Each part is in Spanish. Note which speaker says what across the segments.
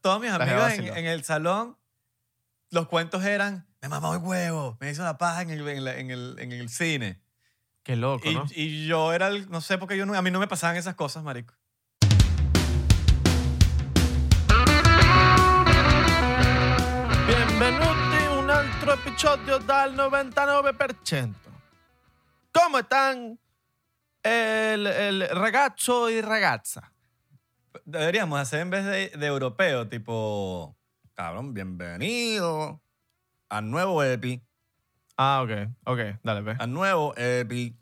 Speaker 1: todas mis
Speaker 2: La jeva
Speaker 1: amigas en,
Speaker 2: vaciló.
Speaker 1: en el salón, los cuentos eran, me mamó el huevo, me hizo la paja en el, en la- en el- en el cine.
Speaker 2: Qué loco,
Speaker 1: Y,
Speaker 2: ¿no?
Speaker 1: y yo era el, no sé, porque yo no- a mí no me pasaban esas cosas, marico.
Speaker 2: Benvenuti a un altro episodio del 99%. ¿Cómo están el, el ragazzo y ragazza?
Speaker 1: Deberíamos hacer en vez de, de europeo, tipo, cabrón, bienvenido al nuevo EPI,
Speaker 2: Ah, ok, ok, dale, ve. Ah.
Speaker 1: al nuevo EPI.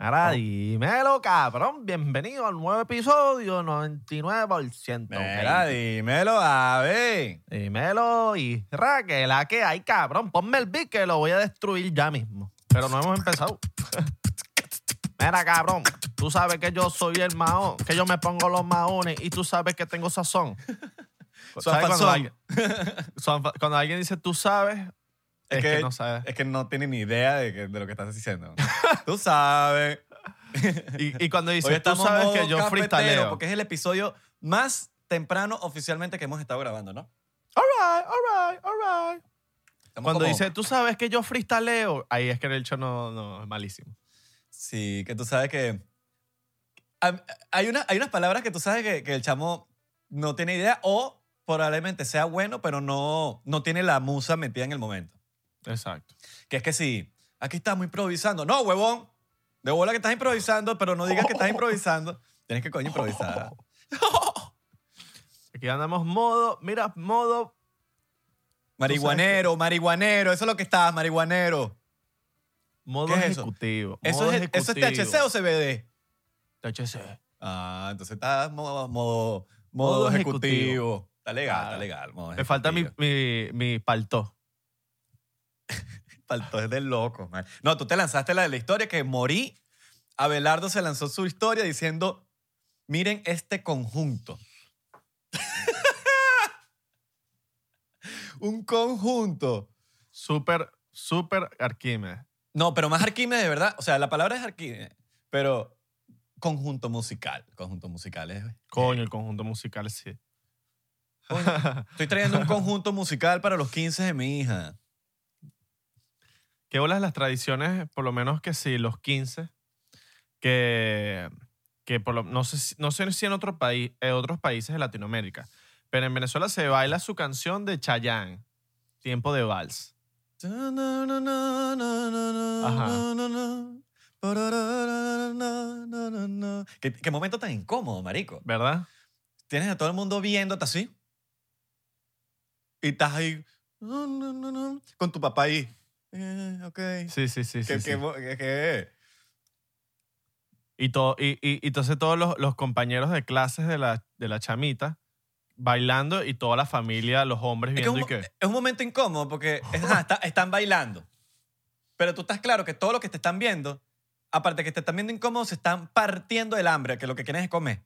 Speaker 2: Ahora dímelo, cabrón. Bienvenido al nuevo episodio 99%.
Speaker 1: Mira,
Speaker 2: baby.
Speaker 1: dímelo, a ver.
Speaker 2: Dímelo, y Raquel, ¿a qué hay, cabrón? Ponme el beat que lo voy a destruir ya mismo. Pero no hemos empezado. Mira, cabrón, tú sabes que yo soy el maón, que yo me pongo los maones y tú sabes que tengo sazón. ¿Sabes cuando,
Speaker 1: Sanfazón.
Speaker 2: alguien, Sanfa- cuando alguien dice tú sabes, es,
Speaker 1: Es
Speaker 2: que,
Speaker 1: que-
Speaker 2: no sabes.
Speaker 1: Es que no tiene ni idea de, que- de lo que estás diciendo. Tú sabes.
Speaker 2: Y, y cuando
Speaker 1: Hoy
Speaker 2: dice tú
Speaker 1: estamos
Speaker 2: sabes
Speaker 1: modo
Speaker 2: que yo
Speaker 1: cafetero,
Speaker 2: freestaleo.
Speaker 1: Porque es el episodio más temprano oficialmente que hemos estado grabando, ¿no?
Speaker 2: All right, all right, all right.
Speaker 1: Estamos
Speaker 2: Cuando
Speaker 1: como-
Speaker 2: dice tú sabes que yo freestaleo, ahí es que el hecho no, no es malísimo.
Speaker 1: Sí, que tú sabes que... Am- Hay, una, hay unas palabras que tú sabes que, que el chamo no tiene idea o probablemente sea bueno, pero no, no tiene la musa metida en el momento.
Speaker 2: Exacto.
Speaker 1: Que es que sí, aquí estamos improvisando. No, huevón, de bola que estás improvisando, pero no digas que estás improvisando. Tienes que coño improvisar.
Speaker 2: Aquí andamos modo, mira, modo
Speaker 1: Marihuanero, marihuanero, eso es lo que estás, marihuanero.
Speaker 2: Modo
Speaker 1: ¿Qué es eso?
Speaker 2: ejecutivo.
Speaker 1: ¿Eso
Speaker 2: modo
Speaker 1: es, ¿Eso es THC
Speaker 2: ejecutivo.
Speaker 1: o CBD?
Speaker 2: THC.
Speaker 1: Ah, entonces estás modo, modo,
Speaker 2: Modo
Speaker 1: modo
Speaker 2: ejecutivo.
Speaker 1: ejecutivo. Ah, Está legal,
Speaker 2: Claro.
Speaker 1: está legal. modo
Speaker 2: Me falta mi,
Speaker 1: ejecutivo.
Speaker 2: mi, mi palto.
Speaker 1: Faltó es de loco, man. No, tú te lanzaste la de la historia que morí. Abelardo se lanzó su historia diciendo, miren este conjunto. Un conjunto.
Speaker 2: Súper, súper Arquímedes.
Speaker 1: No, pero más Arquímedes, de verdad. O sea, la palabra es Arquímedes, pero conjunto musical. Conjunto musical es...
Speaker 2: Coño, el conjunto musical sí.
Speaker 1: Estoy trayendo un conjunto musical para los 15 de mi hija.
Speaker 2: ¿Qué bolas las tradiciones, por lo menos que sí, los 15, que, que por lo, no, sé, si- no sé si en otro país, en otros países de Latinoamérica, pero en Venezuela se baila su canción de Chayanne, Tiempo de Vals.
Speaker 1: Ajá. ¿Qué, qué momento tan incómodo, marico.
Speaker 2: ¿Verdad?
Speaker 1: Tienes a todo el mundo viéndote así. Y estás ahí. Con tu papá ahí. Eh, ok.
Speaker 2: Sí, sí, sí. sí,
Speaker 1: ¿Qué,
Speaker 2: sí.
Speaker 1: qué mo- qué- qué?
Speaker 2: Y, todo, y, y- y entonces todos los, los compañeros de clases de la, de la chamita bailando y toda la familia, los hombres
Speaker 1: Es que es
Speaker 2: viendo
Speaker 1: un,
Speaker 2: y que...
Speaker 1: es un momento incómodo porque es- ajá, está- están bailando. Pero tú estás claro que todo lo que te están viendo, aparte que te están viendo incómodo, se están partiendo el hambre, que lo que quieren es comer.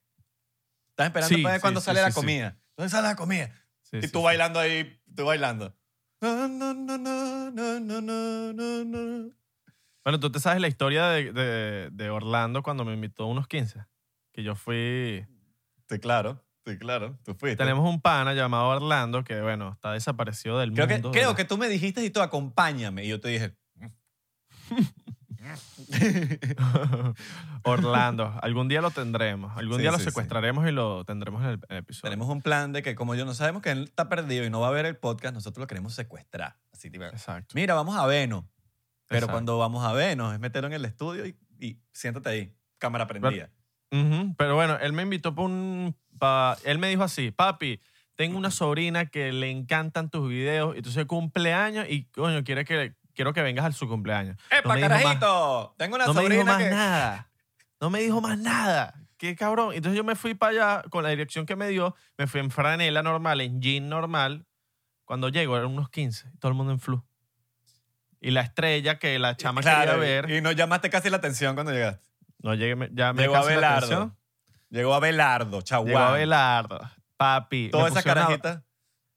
Speaker 1: Estás esperando
Speaker 2: Sí,
Speaker 1: para ver
Speaker 2: sí,
Speaker 1: cuándo
Speaker 2: sí,
Speaker 1: sale
Speaker 2: sí,
Speaker 1: la
Speaker 2: sí.
Speaker 1: comida. ¿Dónde sale la comida?
Speaker 2: Sí,
Speaker 1: y
Speaker 2: sí,
Speaker 1: tú
Speaker 2: sí.
Speaker 1: bailando ahí, tú bailando. Na, na, na, na, na, na, na, na, na.
Speaker 2: Bueno, tú te sabes la historia de, de- de Orlando cuando me invitó a unos 15. Que yo fui...
Speaker 1: Estoy claro, estoy claro. Tú fuiste.
Speaker 2: Tenemos un pana llamado Orlando que, bueno, está desaparecido del
Speaker 1: creo, que,
Speaker 2: mundo.
Speaker 1: creo
Speaker 2: ¿verdad?
Speaker 1: que tú me dijiste y tú acompáñame. Y yo te dije. "Mm".
Speaker 2: Orlando. Algún día lo tendremos. Algún
Speaker 1: Sí,
Speaker 2: día lo
Speaker 1: sí, sí.
Speaker 2: secuestraremos y lo tendremos en el, en el episodio.
Speaker 1: Tenemos un plan de que, como yo no sabemos que él está perdido y no va a ver el podcast, nosotros lo queremos secuestrar. Así tipo,
Speaker 2: Exacto.
Speaker 1: mira, vamos a Veno. Pero
Speaker 2: exacto.
Speaker 1: cuando vamos a Veno es meterlo en el estudio y, y siéntate ahí, cámara prendida.
Speaker 2: Ujú, Pero bueno, él me invitó para un... pa- él me dijo así, papi, tengo una sobrina que le encantan tus videos y tú se cumpleaños y, coño, quiere que, quiero que vengas a su cumpleaños.
Speaker 1: ¡Epa,
Speaker 2: me dijo más-
Speaker 1: carajito! Tengo una
Speaker 2: no me dijo
Speaker 1: sobrina
Speaker 2: más
Speaker 1: que.
Speaker 2: nada. No me dijo más nada. Qué cabrón. Entonces yo me fui para allá con la dirección que me dio. Me fui en franela normal, en jean normal. Cuando llego eran unos 15. Todo el mundo en flu. Y la estrella que la chama
Speaker 1: Claro,
Speaker 2: quería ver.
Speaker 1: Y, y no llamaste casi la atención cuando llegaste.
Speaker 2: no llegué, me- ya me
Speaker 1: Llegó
Speaker 2: cansó la
Speaker 1: Abelardo.
Speaker 2: atención.
Speaker 1: Llegó Abelardo, chaguán.
Speaker 2: Llegó Abelardo. Papi.
Speaker 1: Toda
Speaker 2: me
Speaker 1: esa
Speaker 2: pusieron a-
Speaker 1: carajita.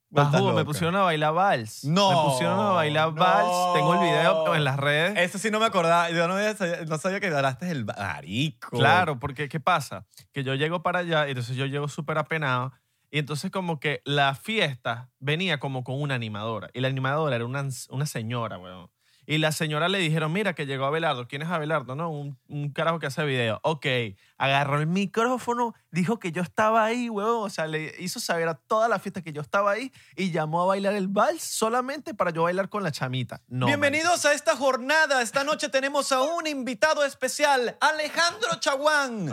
Speaker 2: Bajú,
Speaker 1: vueltas
Speaker 2: me
Speaker 1: loca.
Speaker 2: pusieron a bailar vals.
Speaker 1: No,
Speaker 2: Me pusieron a bailar vals.
Speaker 1: no.
Speaker 2: Tengo el video en las redes.
Speaker 1: Eso sí no me acordaba. Yo no sabía, no sabía que ganaste el marico.
Speaker 2: Claro, porque ¿qué pasa? Que yo llego para allá y entonces yo llego súper apenado y Y entonces como que la fiesta venía como con una animadora. Y la animadora era una, ans- una señora, weón. Y la señora le dijeron, mira que llegó Abelardo. ¿Quién es Abelardo? No, un, un carajo que hace video. Ok, agarró el micrófono, dijo que yo estaba ahí, weón. O sea, le hizo saber a toda la fiesta que yo estaba ahí y llamó a bailar el vals solamente para yo bailar con la chamita. No,
Speaker 1: Bienvenidos a esta jornada. Esta noche tenemos a un invitado especial, Alejandro Chaguán.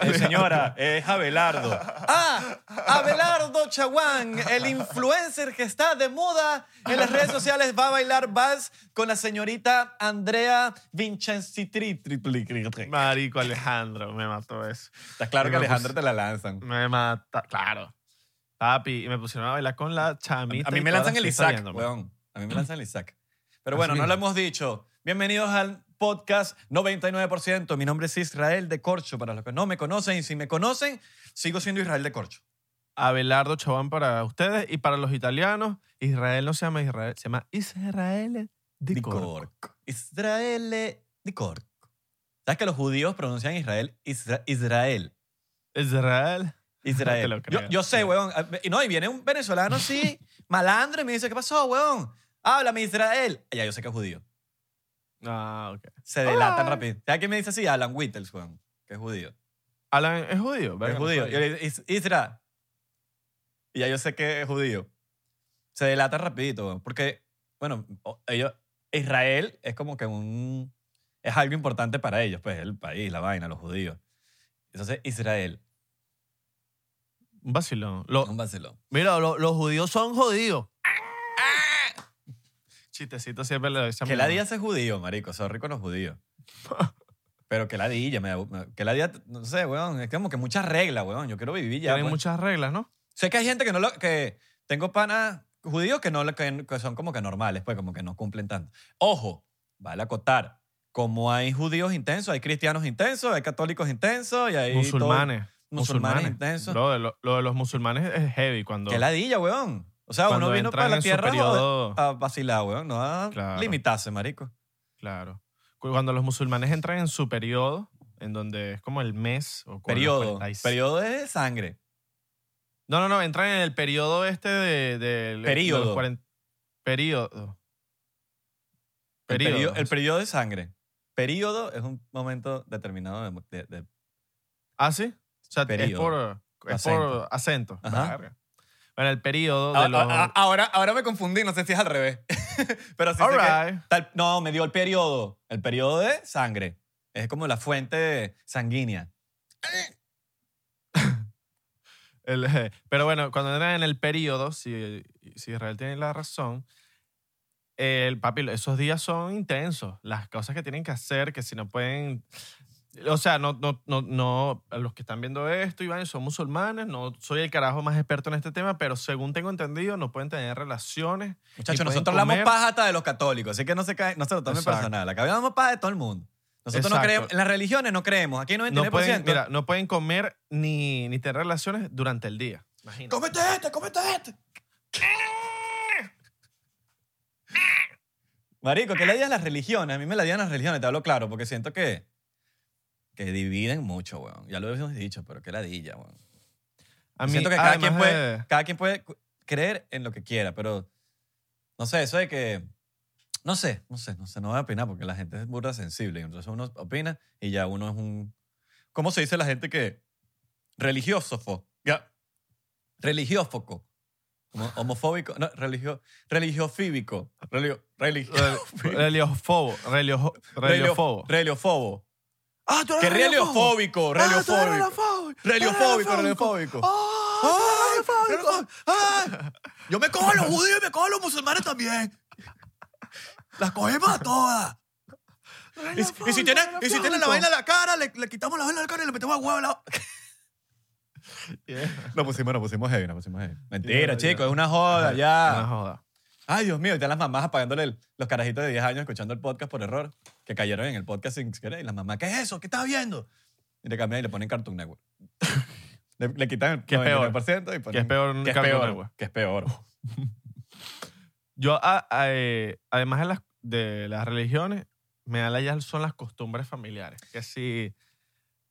Speaker 1: Eh, señora, es Abelardo. Ah, Abelardo Chaguán, el influencer que está de moda en las redes sociales, va a bailar vals con la señorita Andrea Vincenzi Tri- Tri- Tri- Tri- Tri.
Speaker 2: marico. Marico Alejandro, me mató eso.
Speaker 1: Está claro que
Speaker 2: Me
Speaker 1: Alejandro
Speaker 2: puse-
Speaker 1: te la lanzan.
Speaker 2: Me mata, claro. Papi, y me pusieron a bailar con la chamita.
Speaker 1: A mí
Speaker 2: y
Speaker 1: me
Speaker 2: toda la
Speaker 1: lanzan el
Speaker 2: fiesta
Speaker 1: Isaac,
Speaker 2: viéndome.
Speaker 1: weón. A mí me lanzan el Isaac. Pero
Speaker 2: Mm. Así
Speaker 1: bueno, no
Speaker 2: mismo.
Speaker 1: lo hemos dicho. Bienvenidos al podcast 99%. Mi nombre es Israel de Corcho. Para los que no me conocen y si me conocen, sigo siendo Israel de Corcho.
Speaker 2: Abelardo Chabán para ustedes y para los italianos. Israel no se llama Israel, se llama Israel
Speaker 1: Di
Speaker 2: de Cor.
Speaker 1: Corco. Israel de Corco. ¿Sabes que los judíos pronuncian Israel? Isra- Israel.
Speaker 2: Israel.
Speaker 1: Israel.
Speaker 2: te lo
Speaker 1: yo,
Speaker 2: creo.
Speaker 1: yo sé, weón. Ah, Y no, y viene un venezolano así, malandro, y me dice, ¿qué pasó, weón? Háblame, Israel. Ya, yo sé que es judío.
Speaker 2: Ah, ok.
Speaker 1: Se delatan
Speaker 2: Ay.
Speaker 1: rápido. ¿Sabes quién me dice así? Alan Whittles, weón, que es judío.
Speaker 2: Alan, ¿es judío? Verga,
Speaker 1: Es
Speaker 2: no
Speaker 1: judío.
Speaker 2: sabía.
Speaker 1: Yo le digo, "Is- Isra. Y ya yo sé que es judío. Se delata rapidito, weón, porque, bueno, o- ellos, Israel es como que un... Es algo importante para ellos, pues, el país, la vaina, los judíos. Entonces, Israel,
Speaker 2: Un vacilón. Lo-
Speaker 1: un vacilón.
Speaker 2: mira, lo- los judíos son judíos. Chistecito siempre le doy. esa
Speaker 1: Ah. Que
Speaker 2: mierda.
Speaker 1: la día es judío, marico, sorry con los judíos. Pero que la día, me, da- me- que la día, no sé, weón, es como que muchas reglas, weón. Yo quiero vivir ya.
Speaker 2: Tienen
Speaker 1: pues.
Speaker 2: muchas reglas, ¿no?
Speaker 1: Sé que hay gente que no lo. que Tengo panas judíos que, no, lo- que, que son como que normales, pues como que no cumplen tanto. Ojo, vale acotar. Como hay judíos intensos, hay cristianos intensos, hay católicos intensos y hay. todo-
Speaker 2: Musulmanes.
Speaker 1: musulmanes intensos.
Speaker 2: Brother, lo, lo de los musulmanes es heavy cuando,
Speaker 1: Qué ladilla, weón. O sea,
Speaker 2: cuando
Speaker 1: Ah, uno vino
Speaker 2: entran
Speaker 1: para la
Speaker 2: en su
Speaker 1: tierra joder, Ah.
Speaker 2: periodo-
Speaker 1: a vacilar, weón, no a
Speaker 2: Claro.
Speaker 1: limitarse, marico.
Speaker 2: Claro. Cu- Cuando los musulmanes entran en su periodo, en donde es como el mes o con los
Speaker 1: Periodo.
Speaker 2: 46.
Speaker 1: Periodo es de sangre.
Speaker 2: No, no, no, entran en el periodo este de, de- de
Speaker 1: Período.
Speaker 2: los 40 periodo.
Speaker 1: El
Speaker 2: Periodo.
Speaker 1: periodo, el periodo de sangre. Periodo es un momento determinado de- de- de
Speaker 2: ¿Ah, sí? O sea, es
Speaker 1: Periodo.
Speaker 2: por es
Speaker 1: Acento.
Speaker 2: por acento.
Speaker 1: Ajá.
Speaker 2: Verga. Bueno, el periodo
Speaker 1: Ah,
Speaker 2: de los...
Speaker 1: ah, ah, ahora, ahora me confundí, no sé si es al revés. Pero sí sé
Speaker 2: All
Speaker 1: que-
Speaker 2: right.
Speaker 1: tal- no, me dio el periodo. El periodo de sangre. Es como la fuente sanguínea.
Speaker 2: El, eh, pero bueno, cuando entran en el periodo, si, si Israel tiene la razón, eh, el papi, esos días son intensos. Las cosas que tienen que hacer, que si no pueden. O sea, no, no, no, no. a Los que están viendo esto, Iván, son musulmanes. No soy el carajo más experto en este tema, pero según tengo entendido, no pueden tener relaciones.
Speaker 1: Muchachos,
Speaker 2: pueden
Speaker 1: nosotros hablamos
Speaker 2: comer.
Speaker 1: paja hasta de los católicos, así que no se, cae, no se lo tomen
Speaker 2: Exacto.
Speaker 1: personal. Acá hablamos paja de todo el mundo. Nosotros no
Speaker 2: Exacto.
Speaker 1: creemos, en las religiones no creemos. Aquí 99%.
Speaker 2: No pueden, mira, no pueden comer ni, ni tener relaciones durante el día. Imagínate.
Speaker 1: ¡Cómete este, cómete este! Marico, ¿qué le digas las religiones? A mí me la digan las religiones, te hablo claro, porque siento que, que dividen mucho, weón. Ya lo hemos dicho, pero qué ladilla, weón.
Speaker 2: A mí,
Speaker 1: siento que cada
Speaker 2: además
Speaker 1: quien,
Speaker 2: de-
Speaker 1: puede, cada quien puede cu- creer en lo que quiera, pero no sé, eso de que. No sé, no sé, no sé, no voy a opinar porque la gente es burda sensible. y Entonces uno opina y ya uno es un. ¿Cómo se dice la gente que. Religiósofo. Ya. Religiófoco. Homo- Homofóbico. No, religio, religiofíbico. Religio, religio,
Speaker 2: Religiofobo. religio- Religiofobo.
Speaker 1: religiofobo.
Speaker 2: Ah, tú
Speaker 1: Que religiofóbico. Religiofóbico. Religiofóbico, religiofóbico. Ah, ¡Ay, perdón! ¡Ay! Yo me cojo a los judíos y me cojo a los musulmanes también. Las cogemos a todas. Y, si- y si tienen, y si tienen la vaina en la cara, le, le quitamos la vaina en la cara y le metemos a huevo al lado. Lo pusimos, lo pusimos heavy, lo pusimos heavy. Mentira,
Speaker 2: Ya,
Speaker 1: chicos,
Speaker 2: ya.
Speaker 1: es una joda,
Speaker 2: No
Speaker 1: ya.
Speaker 2: joda.
Speaker 1: Ay, Dios mío, y están las mamás apagándole el- los carajitos de 10 años escuchando el podcast por error, que cayeron en el podcast sin querer. Y las mamás, ¿qué es eso? ¿Qué estás viendo? Y le cambian y le ponen Cartoon Network. le, le quitan el
Speaker 2: Que es peor.
Speaker 1: 99% y ponen...
Speaker 2: Que es peor
Speaker 1: Que es
Speaker 2: Cartoon
Speaker 1: peor,
Speaker 2: Network.
Speaker 1: que es peor.
Speaker 2: Yo, a- a- eh, además de las, de las religiones, me da la ya son las costumbres familiares. Que si,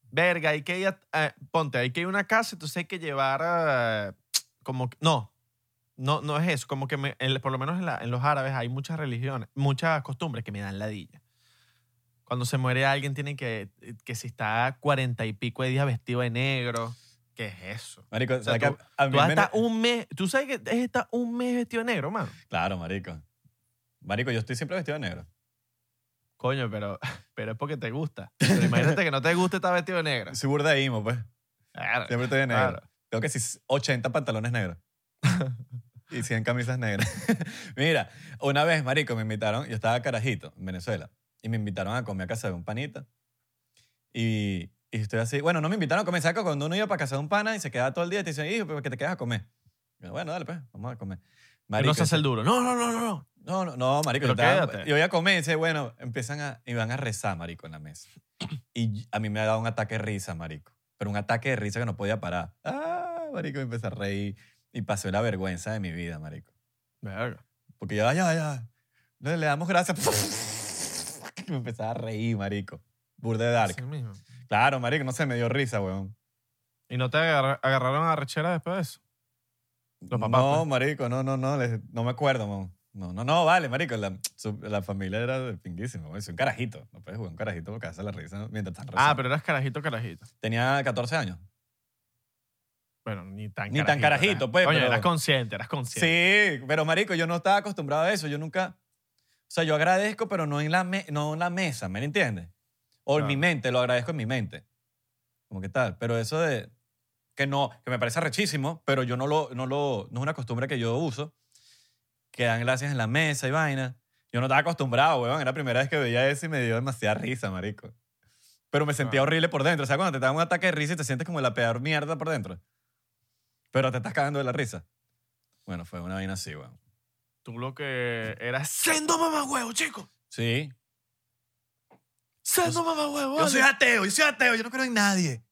Speaker 2: verga, hay que ir a, a- ponte, hay que ir a una casa, entonces hay que llevar, eh, como que- no, no, no es eso. Como que me- en- por lo menos en, la- en los árabes hay muchas religiones, muchas costumbres que me dan ladilla. Cuando se muere alguien tienen que, que si está cuarenta y pico de días vestido de negro, ¿qué es eso?
Speaker 1: Marico,
Speaker 2: sea,
Speaker 1: ¿sabes que a- a mí
Speaker 2: Tú
Speaker 1: en
Speaker 2: hasta
Speaker 1: Vene-
Speaker 2: un mes, tú sabes que es hasta un mes vestido de negro, mano.
Speaker 1: Claro, marico. Marico, yo estoy siempre vestido de negro.
Speaker 2: Coño, pero, pero es porque te gusta. Pero imagínate que no te guste estar vestido de negro.
Speaker 1: Soy burda de emo, pues.
Speaker 2: Claro,
Speaker 1: Siempre estoy de negro.
Speaker 2: claro.
Speaker 1: Tengo que sí, 80 pantalones negros. y 100 camisas negras. Mira, una vez, marico, me invitaron, yo estaba carajito en Venezuela, y me invitaron a comer a casa de un panita. Y, y estoy así, bueno, no me invitaron a comer, saco cuando uno iba para casa de un pana y se quedaba todo el día y te dicen, hijo, pero que te quedas a comer. Yo, bueno, dale, pues, vamos a comer.
Speaker 2: Y
Speaker 1: Marico,
Speaker 2: no se hace el duro. No, no, no, no, no.
Speaker 1: no, no, no, marico. Yo,
Speaker 2: Pero
Speaker 1: estaba-
Speaker 2: quédate.
Speaker 1: yo voy a comer y dice, bueno, empiezan a, y van a rezar, marico, en la mesa. Y y- a mí me ha dado un ataque de risa, marico. Pero un ataque de risa que no podía parar. Ah, marico, me empecé a reír. Y pasó la vergüenza de mi vida, marico.
Speaker 2: Verga.
Speaker 1: Porque yo, ay, ay, ay. Le, le damos gracias. Y me empezaba a reír, marico. Burde dark.
Speaker 2: Así mismo.
Speaker 1: Claro, marico, no sé, me dio risa, weón.
Speaker 2: ¿Y no te agarra- agarraron a rechera después de eso? Los papás,
Speaker 1: no,
Speaker 2: pues.
Speaker 1: marico, no, no, no, les- no me acuerdo, mon. No, no, no, vale, marico, la, su- la familia era pinguísima, güey, soy un carajito. No puedes jugar un carajito porque hace la risa ¿no? mientras están rezando.
Speaker 2: Ah, pero eras carajito, carajito.
Speaker 1: Tenía 14 años.
Speaker 2: Bueno, ni tan
Speaker 1: Ni
Speaker 2: carajito.
Speaker 1: tan carajito,
Speaker 2: eras-
Speaker 1: pues,
Speaker 2: Coño,
Speaker 1: pero-
Speaker 2: eras consciente, eras
Speaker 1: Sí.
Speaker 2: consciente.
Speaker 1: pero marico, yo no estaba acostumbrado a eso, yo nunca... O sea, yo agradezco, pero no en la, me- no en la mesa, ¿me entiendes? O en
Speaker 2: Claro.
Speaker 1: mi mente, lo agradezco en mi mente. Como que tal, pero eso de... Que no, que me parece rechísimo, pero yo no lo, no lo, no es una costumbre que yo uso. Que dan gracias en la mesa y vaina. Yo no estaba acostumbrado, weón. Era la primera vez que veía eso y me dio demasiada risa, marico. Pero me sentía
Speaker 2: Claro.
Speaker 1: horrible por dentro. O sea, cuando te dan un ataque de risa y te sientes como la peor mierda por dentro. Pero te estás cagando de la risa. Bueno, fue una vaina así, weón.
Speaker 2: Tú lo que eras sendo mamá huevo, chico.
Speaker 1: Sí.
Speaker 2: Sendo mamá huevo.
Speaker 1: ateo, yo soy ateo, yo no creo en nadie.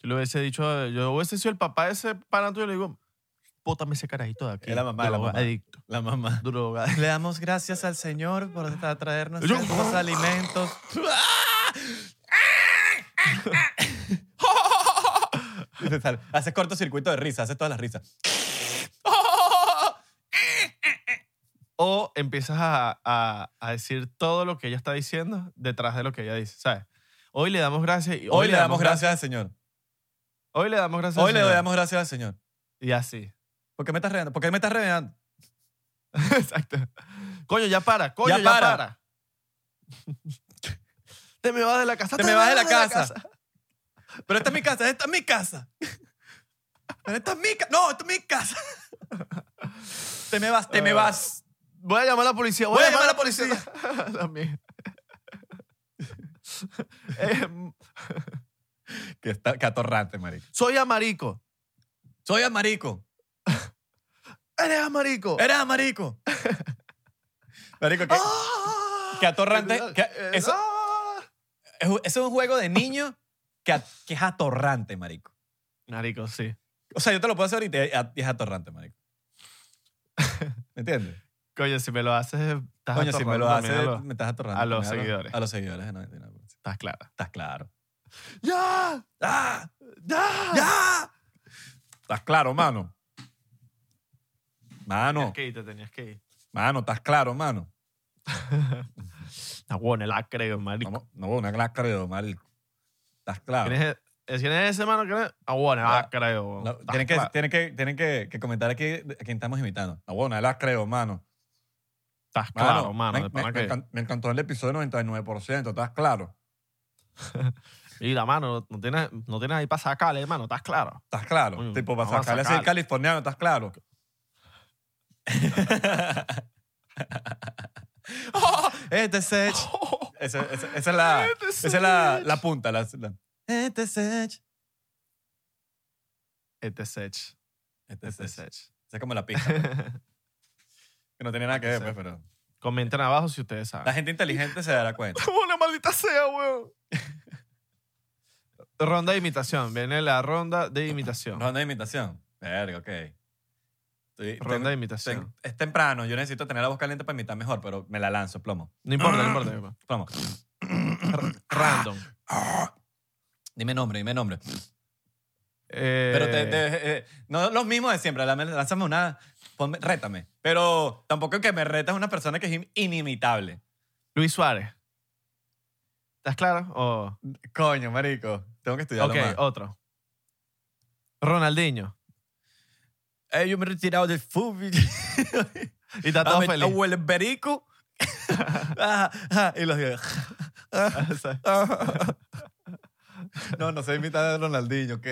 Speaker 2: Yo le hubiese dicho, yo hubiese sido el papá de ese pana tuyo y le digo, bótame ese carajito de aquí.
Speaker 1: Es la mamá, es la mamá.
Speaker 2: Adicto,
Speaker 1: La mamá.
Speaker 2: droga.
Speaker 1: Le damos gracias al Señor por tra- traernos
Speaker 2: Yo-
Speaker 1: estos alimentos. Y te sale- Haces cortocircuito de risa, haces todas las risas.
Speaker 2: O empiezas a, a- a decir todo lo que ella está diciendo detrás de lo que ella dice, ¿sabes? Hoy le damos gracias. y
Speaker 1: Hoy le damos gracias al Señor.
Speaker 2: Hoy le damos gracias.
Speaker 1: Hoy le
Speaker 2: Señor.
Speaker 1: damos gracias al Señor.
Speaker 2: Y así.
Speaker 1: ¿Por qué me estás regañando? ¿Por qué me estás regañando?
Speaker 2: Exacto. Coño, ya para. Coño,
Speaker 1: Ya
Speaker 2: ya,
Speaker 1: para.
Speaker 2: para. Te me vas de la casa.
Speaker 1: Te me vas de la casa. Pero esta es mi casa, esta es mi casa. Pero esta es mi casa. No, esta es mi casa. Te me vas, te me
Speaker 2: Ah.
Speaker 1: vas.
Speaker 2: Voy a llamar a la policía.
Speaker 1: Voy a llamar a la policía.
Speaker 2: La mía. Eh,
Speaker 1: Que está que atorrante, marico.
Speaker 2: soy amarico.
Speaker 1: Soy amarico.
Speaker 2: Eres amarico.
Speaker 1: Eres amarico. Marico, Eh, que,
Speaker 2: Ah.
Speaker 1: que atorrante. que-
Speaker 2: Eh,
Speaker 1: eso,
Speaker 2: ah.
Speaker 1: es un- eso es un juego de niño que, a- que es atorrante, marico.
Speaker 2: Marico, sí.
Speaker 1: O sea, yo te lo puedo hacer ahorita y a- y es atorrante, marico. ¿Me entiendes?
Speaker 2: Coño, si me lo haces, estás
Speaker 1: Coño, si me lo
Speaker 2: atorrando
Speaker 1: haces,
Speaker 2: también a los-
Speaker 1: me estás atorrando.
Speaker 2: a los
Speaker 1: también
Speaker 2: seguidores.
Speaker 1: A los seguidores de 99%.
Speaker 2: Estás clara.
Speaker 1: Estás claro.
Speaker 2: ¡Ya!
Speaker 1: ¡Ah!
Speaker 2: ¡Ya!
Speaker 1: ¡Ya! ¿Estás claro, mano? Mano,
Speaker 2: Tenías que ir, te tenías que ir.
Speaker 1: mano, estás claro, mano.
Speaker 2: No, bueno, la creo, marico.
Speaker 1: No, no, una la creo, marico. Estás claro.
Speaker 2: ¿Quién es, es- quién es e-, ese mano? ¿Quién es? Ah, bueno,
Speaker 1: La-
Speaker 2: ah, creo.
Speaker 1: No,
Speaker 2: Está
Speaker 1: tienen que,
Speaker 2: cla-
Speaker 1: tienen que, tienen que, que comentar aquí a quién estamos invitando. No, bueno, la creo, mano.
Speaker 2: Estás claro,
Speaker 1: me-
Speaker 2: mano. de
Speaker 1: me,
Speaker 2: pana
Speaker 1: me
Speaker 2: que-
Speaker 1: encan- me encantó el episodio 99%, estás claro.
Speaker 2: Mira, mano, no tienes, no tienes ahí para sacarle, hermano. Estás claro.
Speaker 1: ¿Estás claro?
Speaker 2: Coño,
Speaker 1: tipo, para
Speaker 2: vamos a
Speaker 1: sacarle así el
Speaker 2: sacarle.
Speaker 1: californiano, ¿estás claro? este es Edge. Esa, esa- esa es la,
Speaker 2: Este es
Speaker 1: esa es la,
Speaker 2: Edge.
Speaker 1: la punta. La, la- Este es Edge.
Speaker 2: Este es Sech.
Speaker 1: Este es
Speaker 2: Este es
Speaker 1: Edge.
Speaker 2: Sech.
Speaker 1: Esa es como la pista. Que no tenía nada que ver, pues, pero...
Speaker 2: Comenten abajo si ustedes
Speaker 1: La
Speaker 2: saben.
Speaker 1: gente inteligente se dará cuenta.
Speaker 2: ¡Una maldita sea, weón! Ronda de imitación. Viene la ronda de imitación.
Speaker 1: Ronda de imitación. Verga, ok. Estoy-
Speaker 2: Ronda
Speaker 1: tengo-
Speaker 2: de imitación.
Speaker 1: ten- es temprano, yo necesito tener la voz caliente para imitar mejor, pero me la lanzo, plomo.
Speaker 2: No importa,
Speaker 1: Ah.
Speaker 2: no importa. no importa.
Speaker 1: Plomo.
Speaker 2: Random.
Speaker 1: Dime nombre, dime nombre.
Speaker 2: Eh,
Speaker 1: Pero te- te- eh, no los mismos de siempre. lame- Lánzame una. ponme- rétame. Pero tampoco que me retas una persona que es in- inimitable.
Speaker 2: Luis Suárez. ¿Estás claro? O-
Speaker 1: Coño, marico. Tengo que estudiarlo
Speaker 2: ok,
Speaker 1: más.
Speaker 2: otro. Ronaldinho.
Speaker 1: Eh, yo me he retirado del fútbol.
Speaker 2: Y está todo
Speaker 1: Ah, me- ah,
Speaker 2: feliz.
Speaker 1: Huele perico. Ah, ah, y los digo. no, no sé imitar a Ronaldinho, ok.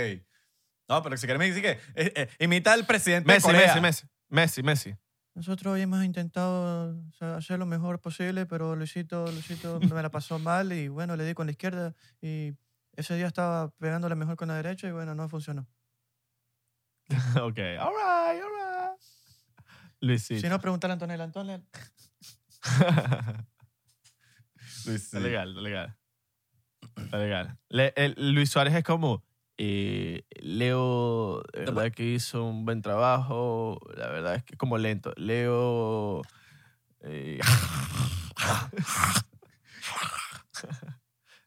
Speaker 1: No, pero si quieres me dice que eh, eh, imita al presidente
Speaker 2: Messi,
Speaker 1: de Corea.
Speaker 2: Messi, Messi. Messi, Messi.
Speaker 3: Nosotros hoy hemos intentado o sea, hacer lo mejor posible, pero Luisito, Luisito me la pasó mal y bueno, le di con la izquierda y ese día estaba pegándole mejor con la derecha y bueno, no funcionó.
Speaker 2: Ok, all right, all right. Luisito.
Speaker 3: Si no, preguntarle a Antonella. Antonella,
Speaker 1: Luis, sí.
Speaker 2: Está legal, está legal. Está legal. Le- el- Luis Suárez es como. eh, Leo, la verdad que hizo un buen trabajo. La verdad es que como lento. Leo. eh,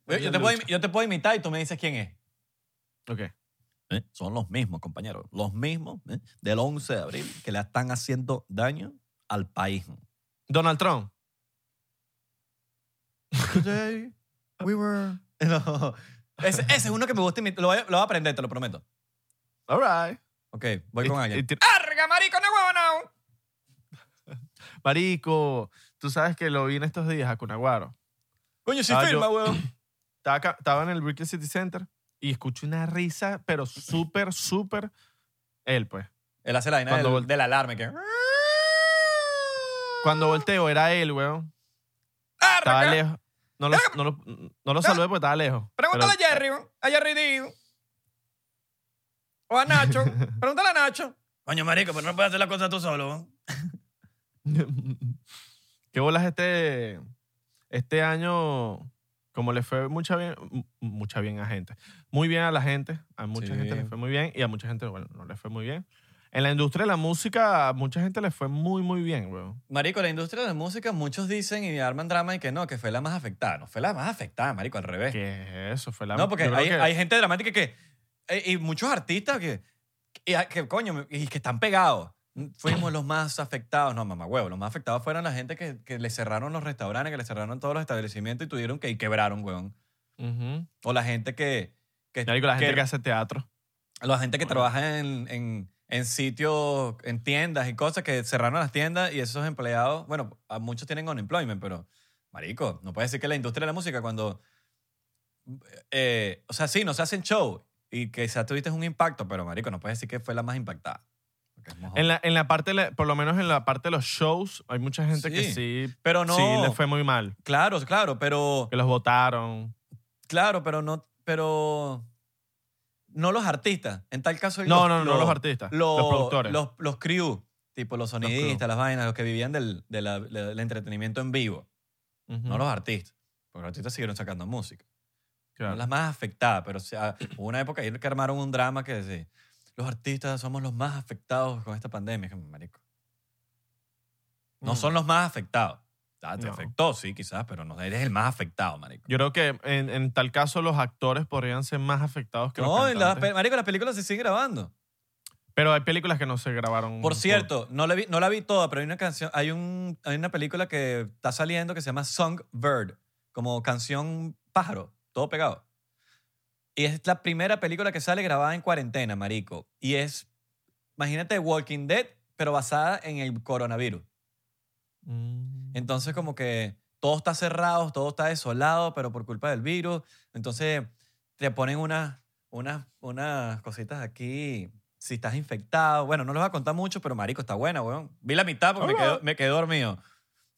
Speaker 1: Yo, yo te puedo, im- yo te puedo imitar y tú me dices quién es.
Speaker 2: ok.
Speaker 1: ¿eh? son los mismos, compañeros, los mismos ¿eh? del 11 de abril que le están haciendo daño al país.
Speaker 2: Donald Trump.
Speaker 3: today we were...
Speaker 1: No. Ese, ese es uno que me gusta imitar. Lo voy, a- lo voy a aprender, te lo prometo.
Speaker 2: All right.
Speaker 1: Ok, voy con
Speaker 2: Y- y
Speaker 1: alguien.
Speaker 2: tira-
Speaker 1: ¡Arga, marico, no huevo, no!
Speaker 2: Marico, tú sabes que lo vi en estos días a Cunaguaro.
Speaker 1: Coño, si
Speaker 2: Ah, yo-
Speaker 1: firma, huevón.
Speaker 2: Estaba, acá- estaba en el Berkeley City Center y escuché una risa, pero súper, súper. Él, pues.
Speaker 1: Él hace la vaina
Speaker 2: Cuando
Speaker 1: del,
Speaker 2: vol-
Speaker 1: del alarme que...
Speaker 2: Cuando volteo, era él, weón. Estaba
Speaker 1: ¡Arga!
Speaker 2: lejos. No lo, no lo- no lo saludé porque estaba lejos.
Speaker 1: ¿Ah? Pregúntale
Speaker 2: Pero-
Speaker 1: a Jerry, weón, a Jerry Díaz. O a Nacho. Pregúntale a Nacho. Coño, marico, pero no puedes hacer la cosa tú solo, weón.
Speaker 2: ¿Qué bolas este, este año? Como le fue mucha bien, mu- mucha bien a gente. Muy bien a la gente. A
Speaker 1: Sí.
Speaker 2: mucha gente le fue muy bien y a mucha gente, bueno, no le fue muy bien. En la industria de la música, a mucha gente le fue muy, muy bien, weón.
Speaker 1: Marico, la industria de la música, muchos dicen y arman drama y que no, que fue la más afectada. No fue la más afectada, marico, al revés.
Speaker 2: Que eso fue la
Speaker 1: Eh. No, porque
Speaker 2: yo creo
Speaker 1: hay,
Speaker 2: que-
Speaker 1: hay gente dramática que. eh, Y muchos artistas que. Y, a- que coño, y que están pegados. Fuimos los más afectados. No, mamá, huevo. Los más afectados fueron la gente que, que le cerraron los restaurantes, que le cerraron todos los establecimientos y tuvieron que. Y quebraron, huevón.
Speaker 2: Ujú.
Speaker 1: O la gente que. que
Speaker 2: Marico, la gente
Speaker 1: que-
Speaker 2: que hace teatro.
Speaker 1: la gente que
Speaker 2: Bueno.
Speaker 1: trabaja en, en, en sitios, en tiendas y cosas, que cerraron las tiendas y esos empleados, bueno, a muchos tienen unemployment, pero, marico, no puede decir que la industria de la música cuando, eh, o sea, sí, no se hacen show y quizás tuviste un impacto, pero, marico, no puedes decir que fue la más impactada. Porque es mojón.
Speaker 2: En la, en la parte, de la- por lo menos en la parte de los shows, hay mucha gente que sí,
Speaker 1: pero no,
Speaker 2: sí le fue muy mal.
Speaker 1: claro, claro, pero,
Speaker 2: Que los votaron.
Speaker 1: claro, pero no, pero, no los artistas. En tal caso,
Speaker 2: No, no, no,
Speaker 1: los
Speaker 2: los artistas.
Speaker 1: los,
Speaker 2: los productores.
Speaker 1: Los, los crew, tipo los
Speaker 2: crew.
Speaker 1: sonidistas, las vainas, los que vivían del, de la- del entretenimiento en vivo,
Speaker 2: Ujú.
Speaker 1: no los artistas. Porque los artistas siguieron sacando música.
Speaker 2: Claro.
Speaker 1: Son las más afectadas, pero o sea, hubo una época ahí que armaron un drama que decía, los artistas somos los más afectados con esta pandemia. Es como, Marico. No
Speaker 2: Mm.
Speaker 1: son los más afectados. Ah, te
Speaker 2: No.
Speaker 1: afectó, sí, quizás, pero no eres el más afectado, marico.
Speaker 2: Yo creo que en, en tal caso los actores podrían ser más afectados que
Speaker 1: no,
Speaker 2: los
Speaker 1: en las
Speaker 2: cantantes.
Speaker 1: pe- marico, las películas se siguen grabando.
Speaker 2: Pero hay películas que no se grabaron.
Speaker 1: Por cierto, no la vi, no la vi toda, pero hay una canción, hay, un, hay una película que está saliendo que se llama Songbird, como canción pájaro, todo pegado. Y es la primera película que sale grabada en cuarentena, marico. Y es, imagínate, Walking Dead, pero basada en el coronavirus.
Speaker 2: Mm.
Speaker 1: Entonces como que todo está cerrado, todo está desolado, pero por culpa del virus. Entonces te ponen unas unas unas cositas aquí si estás infectado. Bueno, no les voy a contar mucho, pero marico, está buena, weón. Vi la mitad porque me, quedé,
Speaker 2: Alright.
Speaker 1: me quedé dormido.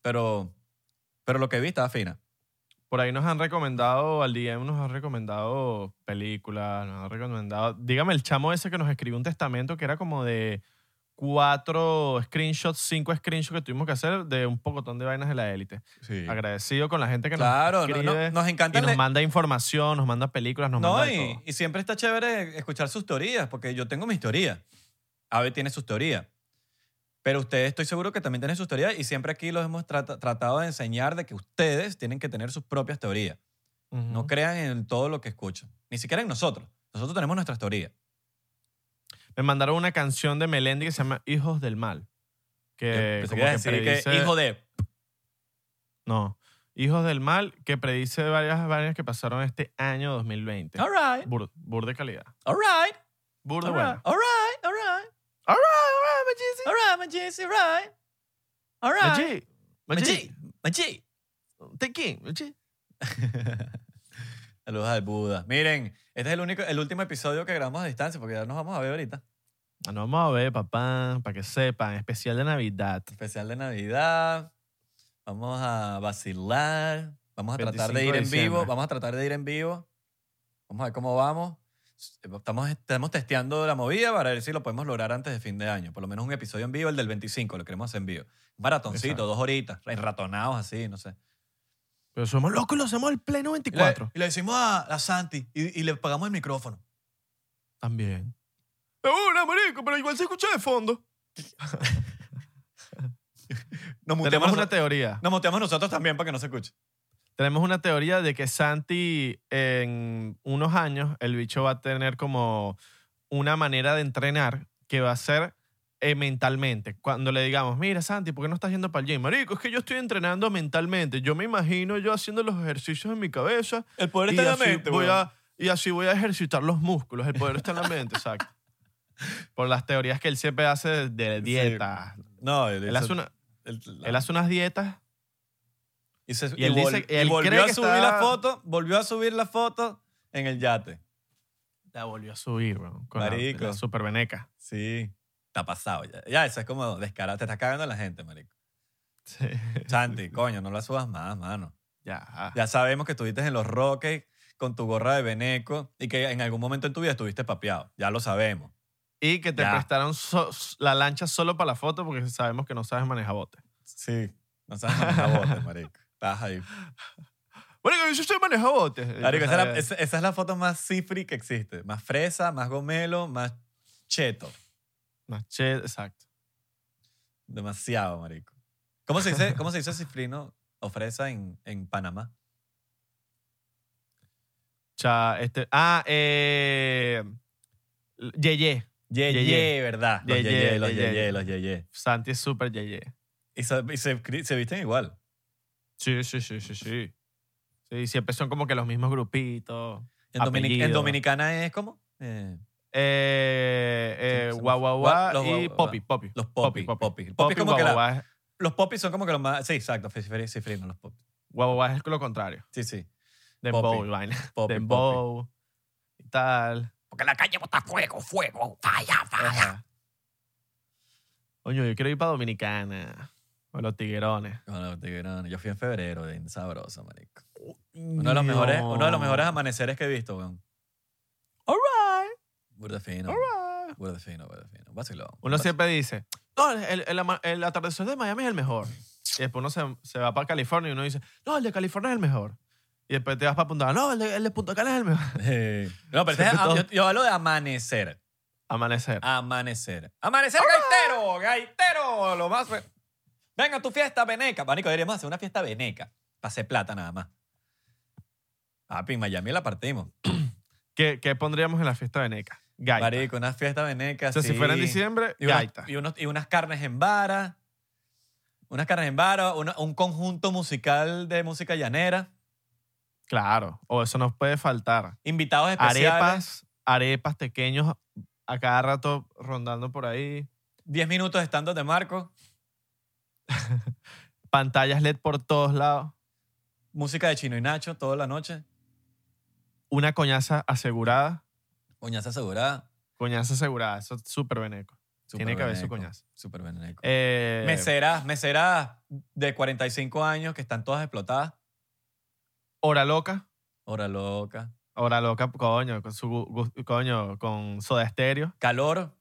Speaker 1: Pero, pero lo que vi estaba fina.
Speaker 2: Por ahí nos han recomendado, al DM nos han recomendado películas, nos han recomendado. Dígame el chamo ese que nos escribió un testamento que era como de cuatro screenshots, cinco screenshots que tuvimos que hacer de un pocotón de vainas de la élite.
Speaker 1: Sí.
Speaker 2: Agradecido con la gente que
Speaker 1: Claro,
Speaker 2: nos
Speaker 1: no-
Speaker 2: escribe
Speaker 1: no- nos encanta
Speaker 2: y nos manda información, nos manda películas, nos
Speaker 1: No,
Speaker 2: manda de
Speaker 1: y,
Speaker 2: todo.
Speaker 1: y siempre está chévere escuchar sus teorías, porque yo tengo mis teorías. Ave tiene sus teorías. Pero ustedes estoy seguro que también tienen sus teorías y siempre aquí los hemos trata- tratado de enseñar de que ustedes tienen que tener sus propias teorías.
Speaker 2: Ujú.
Speaker 1: No crean en todo lo que escuchan. Ni siquiera en nosotros. Nosotros tenemos nuestras teorías.
Speaker 2: Me mandaron una canción de Melendi que se llama Hijos del Mal.
Speaker 1: Yo
Speaker 2: Que,
Speaker 1: pensé
Speaker 2: como
Speaker 1: que iba a
Speaker 2: que
Speaker 1: decir que
Speaker 2: predice-
Speaker 1: hijo de...
Speaker 2: No. Hijos del Mal, que predice varias varias que pasaron este año 2020.
Speaker 1: All right,
Speaker 2: Bur, bur de calidad.
Speaker 1: all right,
Speaker 2: Bur de
Speaker 1: all right,
Speaker 2: bueno.
Speaker 1: all right, all right,
Speaker 2: All right, all right,
Speaker 1: all right,
Speaker 2: Majid.
Speaker 1: my Jesse, all right. All right.
Speaker 2: Majid.
Speaker 1: Machi.
Speaker 2: Majid.
Speaker 1: Machi.
Speaker 2: Te king, Majid.
Speaker 1: Saludos al Buda. Miren, este es el, único, el último episodio que grabamos a distancia porque ya nos vamos a ver ahorita.
Speaker 2: Ah, Nos vamos a ver, papá, para que sepan. Especial de Navidad.
Speaker 1: Especial de Navidad. Vamos a vacilar. Vamos a tratar de
Speaker 2: 25
Speaker 1: ir
Speaker 2: de
Speaker 1: en vivo.
Speaker 2: diciembre.
Speaker 1: Vamos a tratar de ir en vivo. Vamos a ver cómo vamos. Estamos, estamos testeando la movida para ver si lo podemos lograr antes de fin de año. Por lo menos un episodio en vivo, el del 25, lo queremos hacer en vivo. Un maratoncito,
Speaker 2: Exacto.
Speaker 1: dos horitas, ratonados así, no sé.
Speaker 2: Pero somos locos y lo hacemos el pleno
Speaker 1: Y le,
Speaker 2: 24.
Speaker 1: y le decimos a, a Santi y, y le pagamos el micrófono.
Speaker 2: También. De una, marico, pero igual se escucha de fondo.
Speaker 1: Nos muteamos,
Speaker 2: Tenemos una
Speaker 1: nosotros,
Speaker 2: teoría.
Speaker 1: nos muteamos nosotros también para que no se escuche.
Speaker 2: Tenemos una teoría de que Santi en unos años el bicho va a tener como una manera de entrenar que va a ser eh, mentalmente. Cuando le digamos, mira Santi, ¿por qué no estás yendo para el gym? Marico, es que yo estoy entrenando mentalmente. Yo me imagino yo haciendo los ejercicios en mi cabeza
Speaker 1: El poder
Speaker 2: y
Speaker 1: está en la
Speaker 2: así
Speaker 1: mente,
Speaker 2: voy
Speaker 1: weón.
Speaker 2: a- y así voy a ejercitar los músculos. El poder está en la mente, exacto. Por las teorías que él siempre hace de
Speaker 1: Sí.
Speaker 2: dietas.
Speaker 1: No, él,
Speaker 2: Él hace, una- él hace unas dietas
Speaker 1: Y, se-
Speaker 2: Y él
Speaker 1: y vol-
Speaker 2: dice-
Speaker 1: y
Speaker 2: él
Speaker 1: volvió
Speaker 2: cree
Speaker 1: a
Speaker 2: que
Speaker 1: subir
Speaker 2: está-
Speaker 1: la foto, volvió a subir la foto en el yate.
Speaker 2: La volvió a subir, weón. Con la-
Speaker 1: Marico.
Speaker 2: La, super veneca.
Speaker 1: Sí, está pasado ya. Ya, eso es como descarado. Te estás cagando en la gente, marico.
Speaker 2: Sí. Ah.
Speaker 1: Santi, coño, no la subas más, mano.
Speaker 2: Ya.
Speaker 1: Ya sabemos que estuviste en los Roques con tu gorra de Beneco y que en algún momento en tu vida estuviste papeado. Ya lo sabemos.
Speaker 2: Y que te
Speaker 1: Ya.
Speaker 2: prestaron so- la lancha solo para la foto porque sabemos que no sabes manejar bote.
Speaker 1: Sí. No sabes manejar bote, marico. Estás ahí.
Speaker 2: Bueno, yo soy manejar bote.
Speaker 1: Marico, esa, es la,
Speaker 2: Eh,
Speaker 1: esa- esa es la foto más cifri que existe. Más fresa, más gomelo, más cheto.
Speaker 2: no, che, exacto.
Speaker 1: Demasiado, marico. ¿Cómo se dice, cómo se dice cifrino o fresa en, en Panamá?
Speaker 2: Cha, este, ah, eh. Yeye.
Speaker 1: Ye,
Speaker 2: Ye,
Speaker 1: ye,
Speaker 2: ye.
Speaker 1: ¿verdad? Los
Speaker 2: Ye,
Speaker 1: ye,
Speaker 2: ye,
Speaker 1: ye, los
Speaker 2: ye,
Speaker 1: ye,
Speaker 2: ye.
Speaker 1: ye, los ye, ye.
Speaker 2: Santi es súper yeye.
Speaker 1: Y, se, y se cri- se visten igual.
Speaker 2: Sí, sí, sí, sí, sí. Sí, siempre son como que los mismos grupitos.
Speaker 1: En, Dominic- en
Speaker 2: Apellido.
Speaker 1: Dominicana es como eh,
Speaker 2: Eh, eh,
Speaker 1: Sí, sí.
Speaker 2: guau, guau, guau,
Speaker 1: Los guau,
Speaker 2: y
Speaker 1: guau,
Speaker 2: popi, popi.
Speaker 1: los popis.
Speaker 2: Popi,
Speaker 1: Popis. Popis
Speaker 2: popi. Popi,
Speaker 1: como que
Speaker 2: guau,
Speaker 1: la-
Speaker 2: guau,
Speaker 1: los popis son como que los más... Sí, exacto, cifri- cifrino, los popis.
Speaker 2: guau, guau, es lo contrario.
Speaker 1: Sí, sí.
Speaker 2: Dembow
Speaker 1: Poppy.
Speaker 2: y vaina.
Speaker 1: Popis, popis.
Speaker 2: Dembow y tal.
Speaker 1: Porque la calle bota fuego, fuego, falla,
Speaker 2: Ajá. Coño, yo quiero ir para Dominicana. O los tiguerones.
Speaker 1: yo fui en febrero, bien sabroso, marico. Uno de los mejores, uno de los mejores amaneceres que he visto, weón.
Speaker 2: All right,
Speaker 1: Burda fino,
Speaker 2: all right.
Speaker 1: burda fino, burda fino. Vacilón.
Speaker 2: Uno siempre dice, no, el, el ama- el atardecer de Miami es el mejor. Y después uno se, se va para California y uno dice, no, el de California es el mejor. Y después te vas para Punta Cana, no, el de, el de Punta Cana es el mejor.
Speaker 1: Eh, No, pero este
Speaker 2: Siempre
Speaker 1: es-
Speaker 2: todo-
Speaker 1: yo, yo hablo de amanecer.
Speaker 2: Amanecer.
Speaker 1: Amanecer. Amanecer gaitero, gaitero, lo más. fe- Venga, tu fiesta veneca. Marico, deberíamos hacer una fiesta veneca. Pase plata nada más. Papi, en Miami la partimos.
Speaker 2: ¿Qué, qué pondríamos en la fiesta de Neca? Gaita.
Speaker 1: Marico, una fiesta veneca.
Speaker 2: o sea, si
Speaker 1: sí.
Speaker 2: fuera en diciembre,
Speaker 1: Y, unas-
Speaker 2: gaita.
Speaker 1: y unos- y unas carnes en vara. Unas carnes en vara, una- un conjunto musical de música llanera.
Speaker 2: Claro, o eso nos puede faltar.
Speaker 1: Invitados especiales.
Speaker 2: arepas, arepas pequeños a cada rato rondando por ahí.
Speaker 1: 10 minutos estando de Marco.
Speaker 2: Pantallas LED por todos lados.
Speaker 1: Música de Chino y Nacho toda la noche.
Speaker 2: Una coñaza asegurada.
Speaker 1: Coñaza asegurada.
Speaker 2: Coñaza asegurada, eso es súper beneco. Tiene que haber su
Speaker 1: Superveneco,
Speaker 2: coñazo.
Speaker 1: superveneco.
Speaker 2: Eh,
Speaker 1: meseras, meseras de 45 años que están todas explotadas.
Speaker 2: Hora loca.
Speaker 1: Hora loca.
Speaker 2: Hora loca, coño, con su gu- gu- coño, con soda estéreo.
Speaker 1: Calor,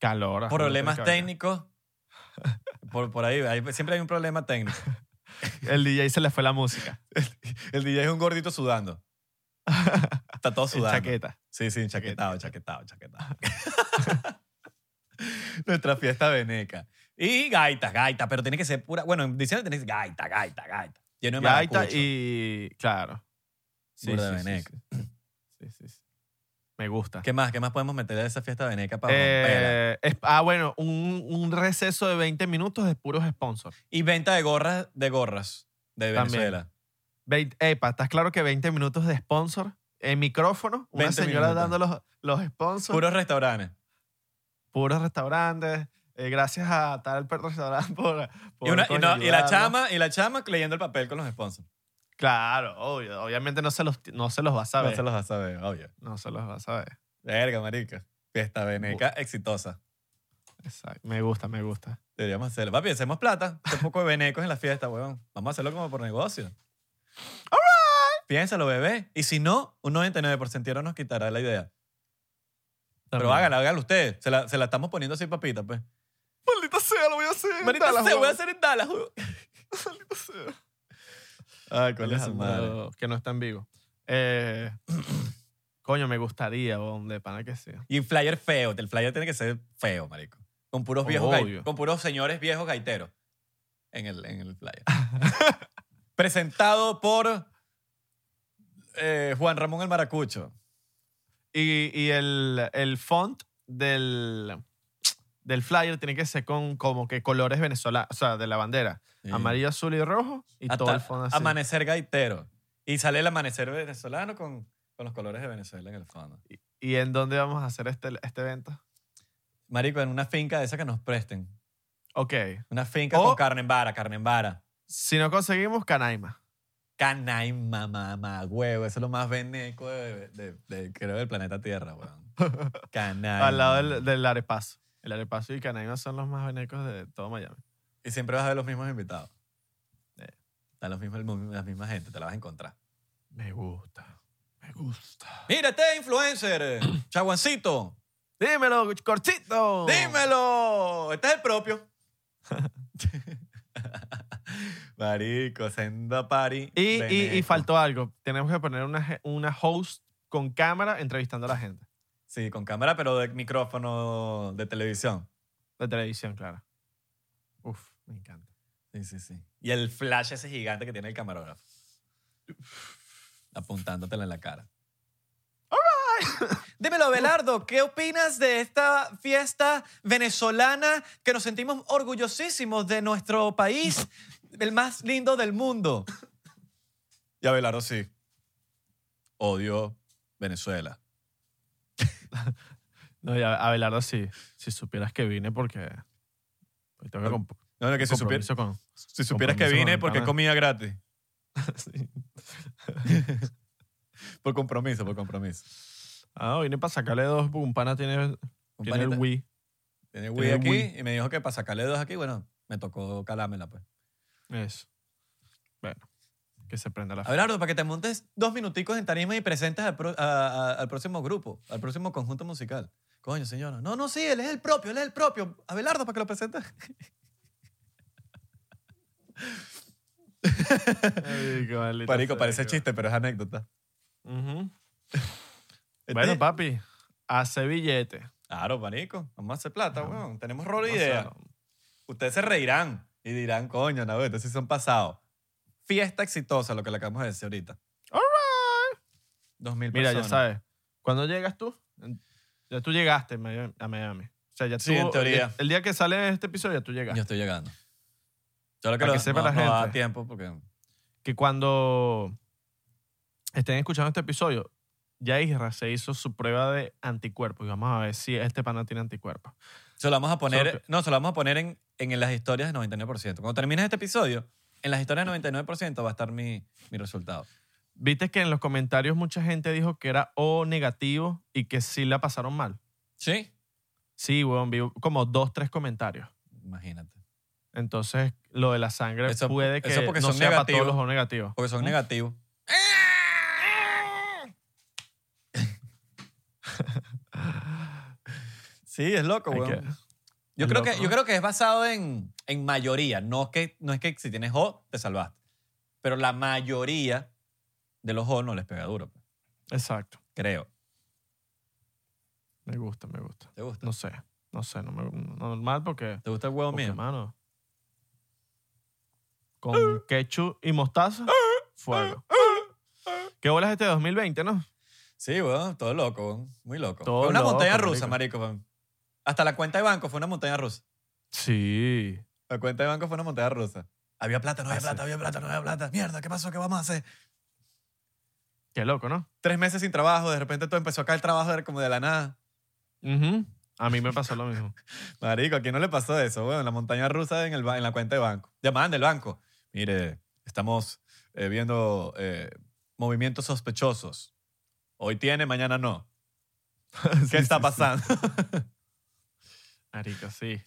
Speaker 2: Calor. ajá,
Speaker 1: problemas
Speaker 2: no sé qué vaina.
Speaker 1: técnicos. Por, por ahí, hay- siempre hay un problema técnico.
Speaker 2: El DJ se le fue la música.
Speaker 1: El DJ es un gordito sudando. Está todo
Speaker 2: En
Speaker 1: sudando.
Speaker 2: chaqueta.
Speaker 1: Sí, sí, chaquetado, chaquetado, chaquetado. Nuestra fiesta veneca. Y gaitas, gaitas, pero tiene que ser pura. Bueno, en diciembre tiene que ser gaita, gaita, gaita. Lleno de
Speaker 2: Gaita
Speaker 1: maracucho.
Speaker 2: y. Claro.
Speaker 1: Burda de veneca.
Speaker 2: sí. Sí, sí, sí. Me gusta.
Speaker 1: ¿Qué más? ¿Qué más podemos meterle a esa fiesta de Veneca para romperla?
Speaker 2: Eh, es- ah, bueno, un, un receso de 20 minutos de puros sponsors.
Speaker 1: Y venta de gorras de gorras de
Speaker 2: También.
Speaker 1: Venezuela.
Speaker 2: 20 epa, ¿estás claro que 20 minutos de sponsor? En micrófono, una
Speaker 1: 20
Speaker 2: señora
Speaker 1: minutos.
Speaker 2: dando los, los sponsors,
Speaker 1: Puros restaurantes.
Speaker 2: puros restaurantes. eh, gracias a tal per- restaurante por. por
Speaker 1: Y, una- y no- y la
Speaker 2: ayudarnos.
Speaker 1: chama, y la chama leyendo el papel con los sponsors.
Speaker 2: Claro, obvio, obviamente no se, los, no se los va a saber.
Speaker 1: No se los vas a saber, obvio.
Speaker 2: No se los va a saber.
Speaker 1: Verga, marica. Fiesta veneca exitosa.
Speaker 2: Exacto. Me gusta, me gusta.
Speaker 1: Deberíamos hacerlo. Papi, hacemos plata. Un poco de venecos en la fiesta, weón. Vamos a hacerlo como por negocio. Piénsalo, bebé. Y si no, un 99% nos quitará la idea. Pero háganlo, háganlo ustedes. Se la, se la estamos poniendo así, papita, pues.
Speaker 2: Maldita sea, lo voy a hacer.
Speaker 1: Marita,
Speaker 2: Dale,
Speaker 1: se voy a
Speaker 2: huevón.
Speaker 1: hacer en Dallas. weón.
Speaker 2: Maldita sea.
Speaker 1: Ay, coño, su madre.
Speaker 2: Alejandro, Que no está en vivo. Eh, coño, me gustaría, weón, de pana que sea.
Speaker 1: Y flyer feo. El flyer tiene que ser feo, marico. Con puros viejos
Speaker 2: Obvio.
Speaker 1: gai- con puros señores viejos gaiteros en el, en el flyer. Presentado por eh, Juan Ramón el Maracucho.
Speaker 2: Y, y el, el font del, del flyer tiene que ser con como que colores venezolanos, o sea, de la bandera.
Speaker 1: Sí.
Speaker 2: Amarillo, azul y rojo y
Speaker 1: Hasta
Speaker 2: todo el font así.
Speaker 1: Amanecer gaitero. Y sale el amanecer venezolano con, con los colores de Venezuela en el fondo.
Speaker 2: ¿Y en dónde vamos a hacer este, este evento?
Speaker 1: Marico, en una finca de esa que nos presten.
Speaker 2: Ok.
Speaker 1: Una finca
Speaker 2: O-
Speaker 1: con carne en vara, carne en vara.
Speaker 2: Si no conseguimos, Canaima.
Speaker 1: Canaima, mamá, huevo. Eso es lo más veneco de, de- de- creo, del planeta Tierra, weón. Canaima.
Speaker 2: Al lado del, del arepazo. El arepazo y Canaima son los más venecos de todo Miami.
Speaker 1: Y siempre vas a ver los mismos invitados.
Speaker 2: Eh.
Speaker 1: Están los mismos, la misma gente, te la vas a encontrar.
Speaker 2: Me gusta. Me gusta.
Speaker 1: Mira, este influencer, Chaguancito.
Speaker 2: Dímelo, cortito.
Speaker 1: ¡Dímelo! Este es el propio. Marico, senda party.
Speaker 2: Y, y- y
Speaker 1: veneco.
Speaker 2: faltó algo. Tenemos que poner una, je- una host con cámara entrevistando a la gente.
Speaker 1: Sí, con cámara, pero de micrófono de televisión.
Speaker 2: De televisión, claro. Uf, me encanta.
Speaker 1: Sí, sí, sí. Y el flash ese gigante que tiene el camarógrafo. Apuntándotela en la cara. Dímelo, Belardo, ¿qué opinas de esta fiesta venezolana que nos sentimos orgullosísimos de nuestro país, el más lindo del mundo? Y a Belardo sí. Odio Venezuela.
Speaker 2: No, y a- Abelardo, si, si supieras que vine porque... porque tengo que comp-
Speaker 1: No, no, que si, supier-
Speaker 2: compromiso con...
Speaker 1: si supieras que
Speaker 2: compromiso
Speaker 1: vine
Speaker 2: con
Speaker 1: porque
Speaker 2: pana.
Speaker 1: comía gratis.
Speaker 2: Sí.
Speaker 1: Por compromiso, por compromiso.
Speaker 2: Ah, vine para sacarle dos. porque Un pana tiene,
Speaker 1: Un
Speaker 2: tiene el
Speaker 1: panita-
Speaker 2: Wii.
Speaker 1: Tiene Wii
Speaker 2: Tiene
Speaker 1: aquí
Speaker 2: Wii.
Speaker 1: y me dijo que para sacarle dos aquí, bueno, me tocó calámela, pues.
Speaker 2: Eso. Bueno, que se prenda la...
Speaker 1: Abelardo, para que te montes dos minuticos en tarima y presentes al, pro- a- a- al próximo grupo, al próximo conjunto musical. Coño, señora. No, no, sí, él es el propio, él es el propio. Abelardo, para que lo presentes.
Speaker 2: Ay, qué maldita
Speaker 1: Parico,
Speaker 2: sea,
Speaker 1: parece
Speaker 2: qué-
Speaker 1: chiste, pero es anécdota.
Speaker 2: Ujú.
Speaker 1: Este-
Speaker 2: Bueno, papi, hace billete.
Speaker 1: Claro, parico. Vamos a hacer plata,
Speaker 2: Vamos.
Speaker 1: weón. Tenemos rol idea. Ustedes se reirán y dirán, coño, no, estos sí son pasados. Fiesta exitosa, lo que le acabamos de decir ahorita.
Speaker 2: All
Speaker 1: Dos mil
Speaker 2: Mira, ya
Speaker 1: personas.
Speaker 2: sabes. ¿Cuándo llegas tú? En- Ya tú llegaste a Miami- a Miami. O sea, ya
Speaker 1: Sí,
Speaker 2: tú-
Speaker 1: en teoría.
Speaker 2: El, el día que sale este episodio, ya tú llegaste.
Speaker 1: Yo estoy llegando. Solo que,
Speaker 2: Para
Speaker 1: lo,
Speaker 2: que sepa
Speaker 1: no,
Speaker 2: la
Speaker 1: no da
Speaker 2: gente.
Speaker 1: tiempo porque
Speaker 2: Que cuando estén escuchando este episodio, ya Isra se hizo su prueba de anticuerpos. Y vamos a ver si este pana tiene anticuerpos.
Speaker 1: se lo vamos a poner,
Speaker 2: Solo
Speaker 1: no, se lo vamos a poner en, en las historias del 99%. Cuando termines este episodio, en las historias del 99% va a estar mi, mi resultado.
Speaker 2: Viste que en los comentarios mucha gente dijo que era O negativo y que sí la pasaron mal.
Speaker 1: ¿Sí?
Speaker 2: Sí, weón, vi como dos, tres comentarios.
Speaker 1: Imagínate.
Speaker 2: Entonces, lo de la sangre
Speaker 1: Eso-
Speaker 2: puede
Speaker 1: eso
Speaker 2: que
Speaker 1: porque
Speaker 2: no
Speaker 1: son
Speaker 2: sea para
Speaker 1: negativos.
Speaker 2: todos los O negativos.
Speaker 1: Porque son
Speaker 2: ¿Mm?
Speaker 1: negativos. Sí, es loco,
Speaker 2: Hay
Speaker 1: weón.
Speaker 2: que-
Speaker 1: Yo
Speaker 2: es
Speaker 1: creo,
Speaker 2: loco,
Speaker 1: que,
Speaker 2: ¿no?
Speaker 1: yo creo que es basado en, en mayoría. No es, que, no es que si tienes O, te salvaste. Pero la mayoría de los O no les pega duro. pues,
Speaker 2: Exacto.
Speaker 1: Creo.
Speaker 2: Me gusta, me gusta.
Speaker 1: ¿Te gusta?
Speaker 2: No sé, no sé, no me no, normal porque,
Speaker 1: ¿Te gusta el huevo
Speaker 2: porque,
Speaker 1: mío?
Speaker 2: hermano, con ketchup y mostaza, fuego. Qué bolas este 2020, ¿no?
Speaker 1: Sí, weón, todo loco, weón. muy loco.
Speaker 2: Todo
Speaker 1: fue una
Speaker 2: loco,
Speaker 1: montaña
Speaker 2: marico.
Speaker 1: rusa, marico. weón. Hasta la cuenta de banco fue una montaña rusa.
Speaker 2: Sí.
Speaker 1: La cuenta de banco fue una montaña rusa. Había plata, no había
Speaker 2: Ah, sí.
Speaker 1: plata, había plata, no había plata. Mierda, ¿qué pasó? ¿Qué vamos a hacer?
Speaker 2: Qué loco, ¿no?
Speaker 1: Tres meses sin trabajo, de repente todo empezó a caer trabajo de- como de la nada.
Speaker 2: Ujú. A mí me pasó lo mismo.
Speaker 1: Marico, ¿a quién no le pasó eso? Bueno, en la montaña rusa en, el, ba- en la cuenta de banco. Llamaban del banco. Mire, estamos eh, viendo eh, movimientos sospechosos. Hoy tiene, mañana no. ¿Qué está pasando?
Speaker 2: Marico, sí.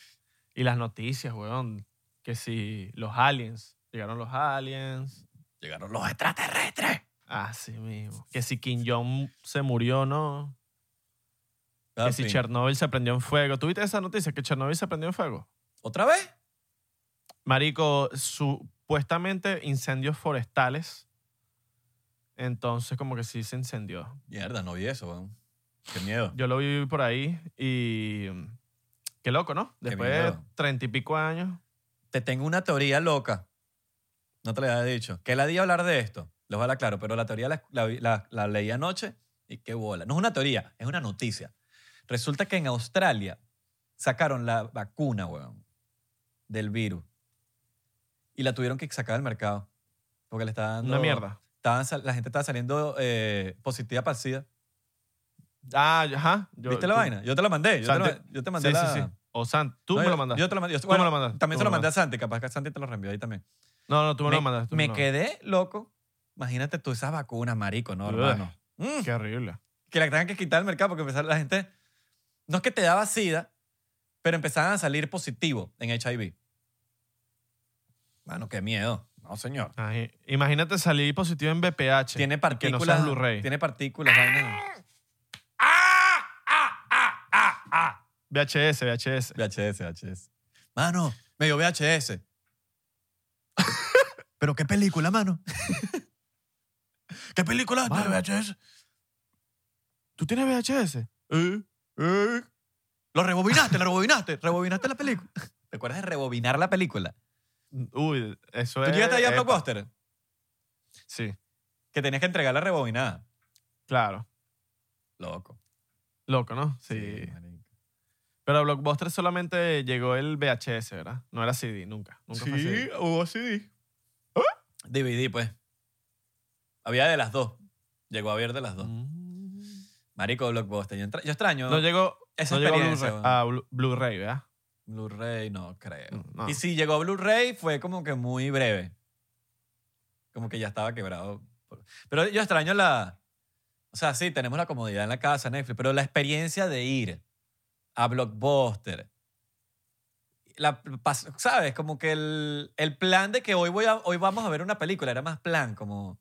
Speaker 2: Y las noticias, weón. Que si los aliens. Llegaron los aliens.
Speaker 1: Llegaron los extraterrestres.
Speaker 2: Así mismo. Que si Kim Jong se murió o no.
Speaker 1: Ah,
Speaker 2: Que si
Speaker 1: sí.
Speaker 2: Chernobyl se prendió en fuego. ¿Tuviste esa noticia? Que Chernobyl se prendió en fuego.
Speaker 1: ¿Otra vez?
Speaker 2: Marico, supuestamente incendios forestales. Entonces, como que sí se incendió.
Speaker 1: Mierda, no vi eso, weón. Qué miedo.
Speaker 2: Yo lo vi por ahí y. mm, Qué loco, ¿no?
Speaker 1: Qué
Speaker 2: Después de
Speaker 1: miedo.
Speaker 2: treinta y pico años.
Speaker 1: Te tengo una teoría loca. No te la había dicho. Que la di hablar de esto. Los vale claro, pero la teoría la, la, la- la leí anoche y qué bola. No es una teoría, es una noticia. Resulta que en Australia sacaron la vacuna, weón, del virus. Y la tuvieron que sacar del mercado. Porque le estaban dando.
Speaker 2: Una mierda.
Speaker 1: estaban sal- la gente estaba saliendo eh, positiva para el SIDA.
Speaker 2: Ah, yo- ajá. yo-
Speaker 1: ¿Viste la
Speaker 2: tú-
Speaker 1: vaina? Yo te la mandé. Yo,
Speaker 2: O sea,
Speaker 1: te, la-
Speaker 2: te-
Speaker 1: yo te mandé
Speaker 2: Sí,
Speaker 1: la.
Speaker 2: sí, sí. O San, tú
Speaker 1: No,
Speaker 2: me
Speaker 1: yo-
Speaker 2: lo mandaste.
Speaker 1: Yo te lo mandé. yo-
Speaker 2: Tú me
Speaker 1: bueno,
Speaker 2: lo mandaste,
Speaker 1: También
Speaker 2: tú
Speaker 1: se
Speaker 2: me
Speaker 1: lo
Speaker 2: lo
Speaker 1: mandé a Santi, capaz que Santi te lo reenvió ahí también.
Speaker 2: No, no, tú me,
Speaker 1: me,
Speaker 2: lo mandaste. tú
Speaker 1: me
Speaker 2: me lo
Speaker 1: quedé loco. Imagínate tú esas vacunas, marico, ¿no,
Speaker 2: Ugh.
Speaker 1: hermano? Mm,
Speaker 2: mandaste. Qué horrible.
Speaker 1: que la tengan que quitar del mercado porque empezar la gente... No es que te daba sida, pero empezaban a salir positivo en HIV. Mano, qué miedo. No, señor.
Speaker 2: Ay, imagínate salir positivo en BPH.
Speaker 1: Tiene
Speaker 2: que no
Speaker 1: partículas...
Speaker 2: seas Blu-ray.
Speaker 1: tiene partículas. vaina.
Speaker 2: VHS, VHS.
Speaker 1: VHS, VHS. Mano, me dio VHS. pero qué película, mano. ¿Qué película?
Speaker 2: Mano.
Speaker 1: VHS.
Speaker 2: ¿Tú tienes VHS?
Speaker 1: Lo rebobinaste, lo rebobinaste, rebobinaste la película. ¿Te acuerdas de rebobinar la película?
Speaker 2: Uy, eso
Speaker 1: ¿Tú
Speaker 2: es.
Speaker 1: llegaste allá a
Speaker 2: epa.
Speaker 1: Blockbuster?
Speaker 2: Sí,
Speaker 1: Que tenías que entregar la rebobinada.
Speaker 2: claro.
Speaker 1: Loco.
Speaker 2: Loco, ¿no? Sí.
Speaker 1: marico.
Speaker 2: Pero a Blockbuster solamente llegó el VHS, ¿verdad? No era CD, nunca. Nunca fue CD.
Speaker 1: hubo CD. DVD, pues. Había de las dos. Llegó a haber de las dos.
Speaker 2: Mm.
Speaker 1: Marico, Blockbuster. Yo, entra- yo extraño.
Speaker 2: No llegó,
Speaker 1: Mm. Esa
Speaker 2: no llegó a
Speaker 1: experiencia,
Speaker 2: Blu-ray, Ah,
Speaker 1: weón.
Speaker 2: a Blu- Blu-ray, ¿verdad?
Speaker 1: Blu-ray, no creo.
Speaker 2: No.
Speaker 1: Y si llegó Blu-ray, fue como que muy breve. Como que ya estaba quebrado. por- Pero yo extraño la. O sea, sí, tenemos la comodidad en la casa, Netflix, pero la experiencia de ir a Blockbuster. La, pas- ¿Sabes? Como que el, el plan de que hoy, voy a, hoy vamos a ver una película era más plan, como,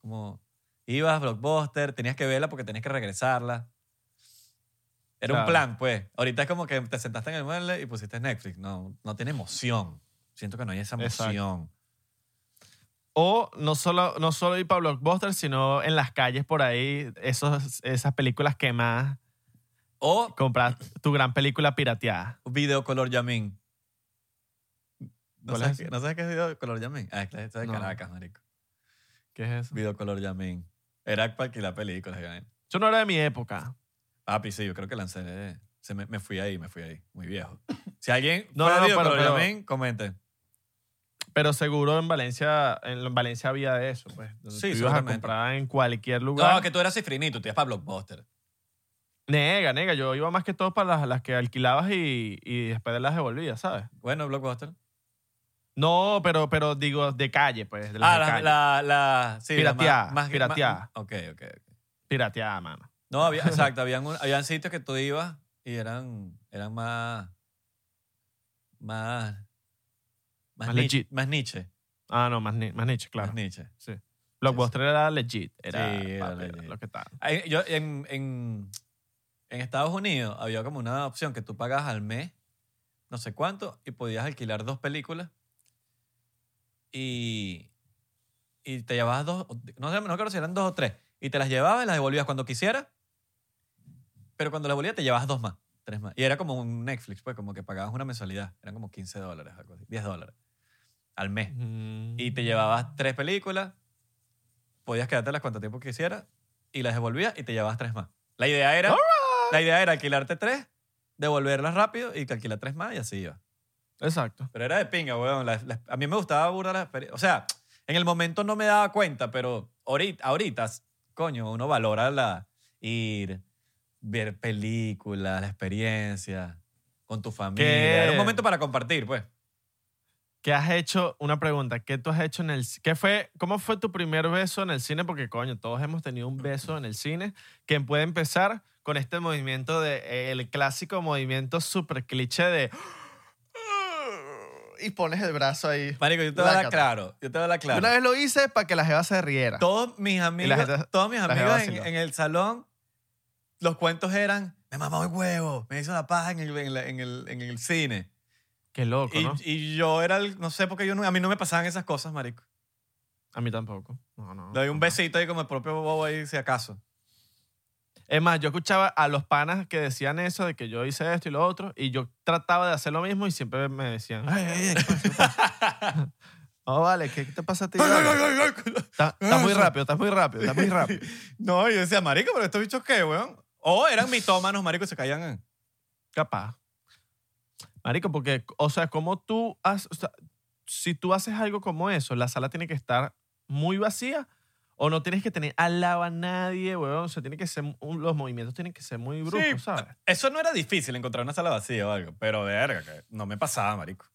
Speaker 1: como ibas a Blockbuster, tenías que verla porque tenías que regresarla. Era un
Speaker 2: Claro.
Speaker 1: plan, pues. Ahorita es como que te sentaste en el mueble y pusiste Netflix. No, no tiene emoción. Siento que no hay esa
Speaker 2: Exacto.
Speaker 1: emoción.
Speaker 2: O no solo, no solo ir para Blockbuster, sino en las calles por ahí, esos, esas películas quemadas,
Speaker 1: O
Speaker 2: comprar tu gran película pirateada.
Speaker 1: video color Yamin. ¿No
Speaker 2: ¿Cuál
Speaker 1: sabes,
Speaker 2: es
Speaker 1: qué,
Speaker 2: ese?
Speaker 1: ¿No sabes qué es video color Yamin? Ah, claro, esto es de
Speaker 2: No.
Speaker 1: Caracas, marico.
Speaker 2: ¿Qué es eso?
Speaker 1: Video color Yamin. Era para alquilar películas. ¿eh?
Speaker 2: Yo no era de mi época.
Speaker 1: Papi, sí, yo creo que lancé. eh, se me, me fui ahí, me fui ahí. Muy viejo. Si alguien
Speaker 2: No,
Speaker 1: no, no,
Speaker 2: no, no,
Speaker 1: video
Speaker 2: pero-
Speaker 1: color
Speaker 2: pero-
Speaker 1: Yamin, comente.
Speaker 2: Pero seguro en Valencia, en Valencia había de eso, pues. donde
Speaker 1: Sí,
Speaker 2: tú ibas a
Speaker 1: seguramente.
Speaker 2: comprar en cualquier lugar.
Speaker 1: No, que tú eras cifrinito, tú ibas para Blockbuster.
Speaker 2: Nega, nega. Yo iba más que todo para las, las que alquilabas y, y después las devolvías, ¿sabes?
Speaker 1: Bueno, Blockbuster.
Speaker 2: No, pero, pero digo de calle, pues. De las
Speaker 1: Ah,
Speaker 2: de
Speaker 1: la,
Speaker 2: calle.
Speaker 1: la, la- sí, la
Speaker 2: Pirateada,
Speaker 1: más- más-
Speaker 2: pirateada.
Speaker 1: más- ok, ok, ok.
Speaker 2: Pirateada, mano.
Speaker 1: No, había, exacto, habían, un- habían sitios que tú ibas y eran, eran más, más, más,
Speaker 2: Más
Speaker 1: ni-
Speaker 2: legit.
Speaker 1: más niche,
Speaker 2: Ah, no, más, ni- más niche, claro.
Speaker 1: más niche.
Speaker 2: Sí. Blockbuster era legit. Era,
Speaker 1: Sí, era
Speaker 2: papi, era
Speaker 1: legit.
Speaker 2: lo que tal.
Speaker 1: Ahí- Yo, en, en, en Estados Unidos había como una opción que tú pagas al mes, no sé cuánto, y podías alquilar dos películas y, y te llevabas dos, no sé, no recuerdo si eran dos o tres, y te las llevabas y las devolvías cuando quisieras, pero cuando las devolvías te llevabas dos más, tres más. Y era como un Netflix, pues, como que pagabas una mensualidad, eran como 15 dólares, algo así, 10 dólares al mes y te llevabas tres películas, podías quedártelas cuanto tiempo quisieras y las devolvías y te llevabas tres más. La idea era, la idea era alquilarte tres, devolverlas rápido y alquilar tres más y así iba.
Speaker 2: Exacto.
Speaker 1: Pero era de pinga, weón. La- la- a mí me gustaba burda la experiencia. O sea, en el momento no me daba cuenta, pero ahorita, ahorita coño, uno valora la ir, ver películas, la experiencia, con tu familia.
Speaker 2: ¿Qué?
Speaker 1: Era un momento para compartir, pues.
Speaker 2: ¿Qué has hecho? Una pregunta. ¿Qué tú has hecho en el ci- qué fue ¿Cómo fue tu primer beso en el cine? Porque, coño, todos hemos tenido un beso en el cine. Que puede empezar con este movimiento de. eh, el clásico movimiento super cliché de. Y pones el brazo ahí.
Speaker 1: Marico, yo te voy a dar
Speaker 2: Lácata.
Speaker 1: claro. Yo te voy a dar claro.
Speaker 2: Una vez lo hice para que la jeva se riera.
Speaker 1: Todos mis amigos,
Speaker 2: gente-
Speaker 1: todos mis
Speaker 2: gente
Speaker 1: amigos en,
Speaker 2: vaciló.
Speaker 1: en el salón, los cuentos eran, me mamó el huevo, me hizo la paja en el, en la- en el- en el cine.
Speaker 2: Qué loco,
Speaker 1: Y,
Speaker 2: ¿no?
Speaker 1: y yo era el, no sé por qué yo no- a mí no me pasaban esas cosas, marico.
Speaker 2: A mí tampoco. No, no.
Speaker 1: Le doy un
Speaker 2: beso
Speaker 1: besito ahí como el propio bobo ahí, si acaso.
Speaker 2: Es más, yo escuchaba a los panas que decían eso, de que yo hice esto y lo otro, y yo trataba de hacer lo mismo y siempre me decían, ay, ay, ay, ¿qué pasa? ¿Qué pasa?". No, vale, ¿qué qué te pasa a ti? vale? Está, está muy rápido, estás muy rápido, estás muy rápido.
Speaker 1: No, y yo decía, marico, pero estos bichos qué, weón. O eran mitómanos, marico, y se caían. en-
Speaker 2: Capaz. Marico, porque, o sea, como tú has, o sea, si tú haces algo como eso, la sala tiene que estar muy vacía o no tienes que tener al lado a nadie, weón. O sea, tiene que ser, un- los movimientos tienen que ser muy bruscos,
Speaker 1: Sí.
Speaker 2: ¿sabes?
Speaker 1: Eso no era difícil, encontrar una sala vacía o algo. Pero, verga, que no me pasaba, marico.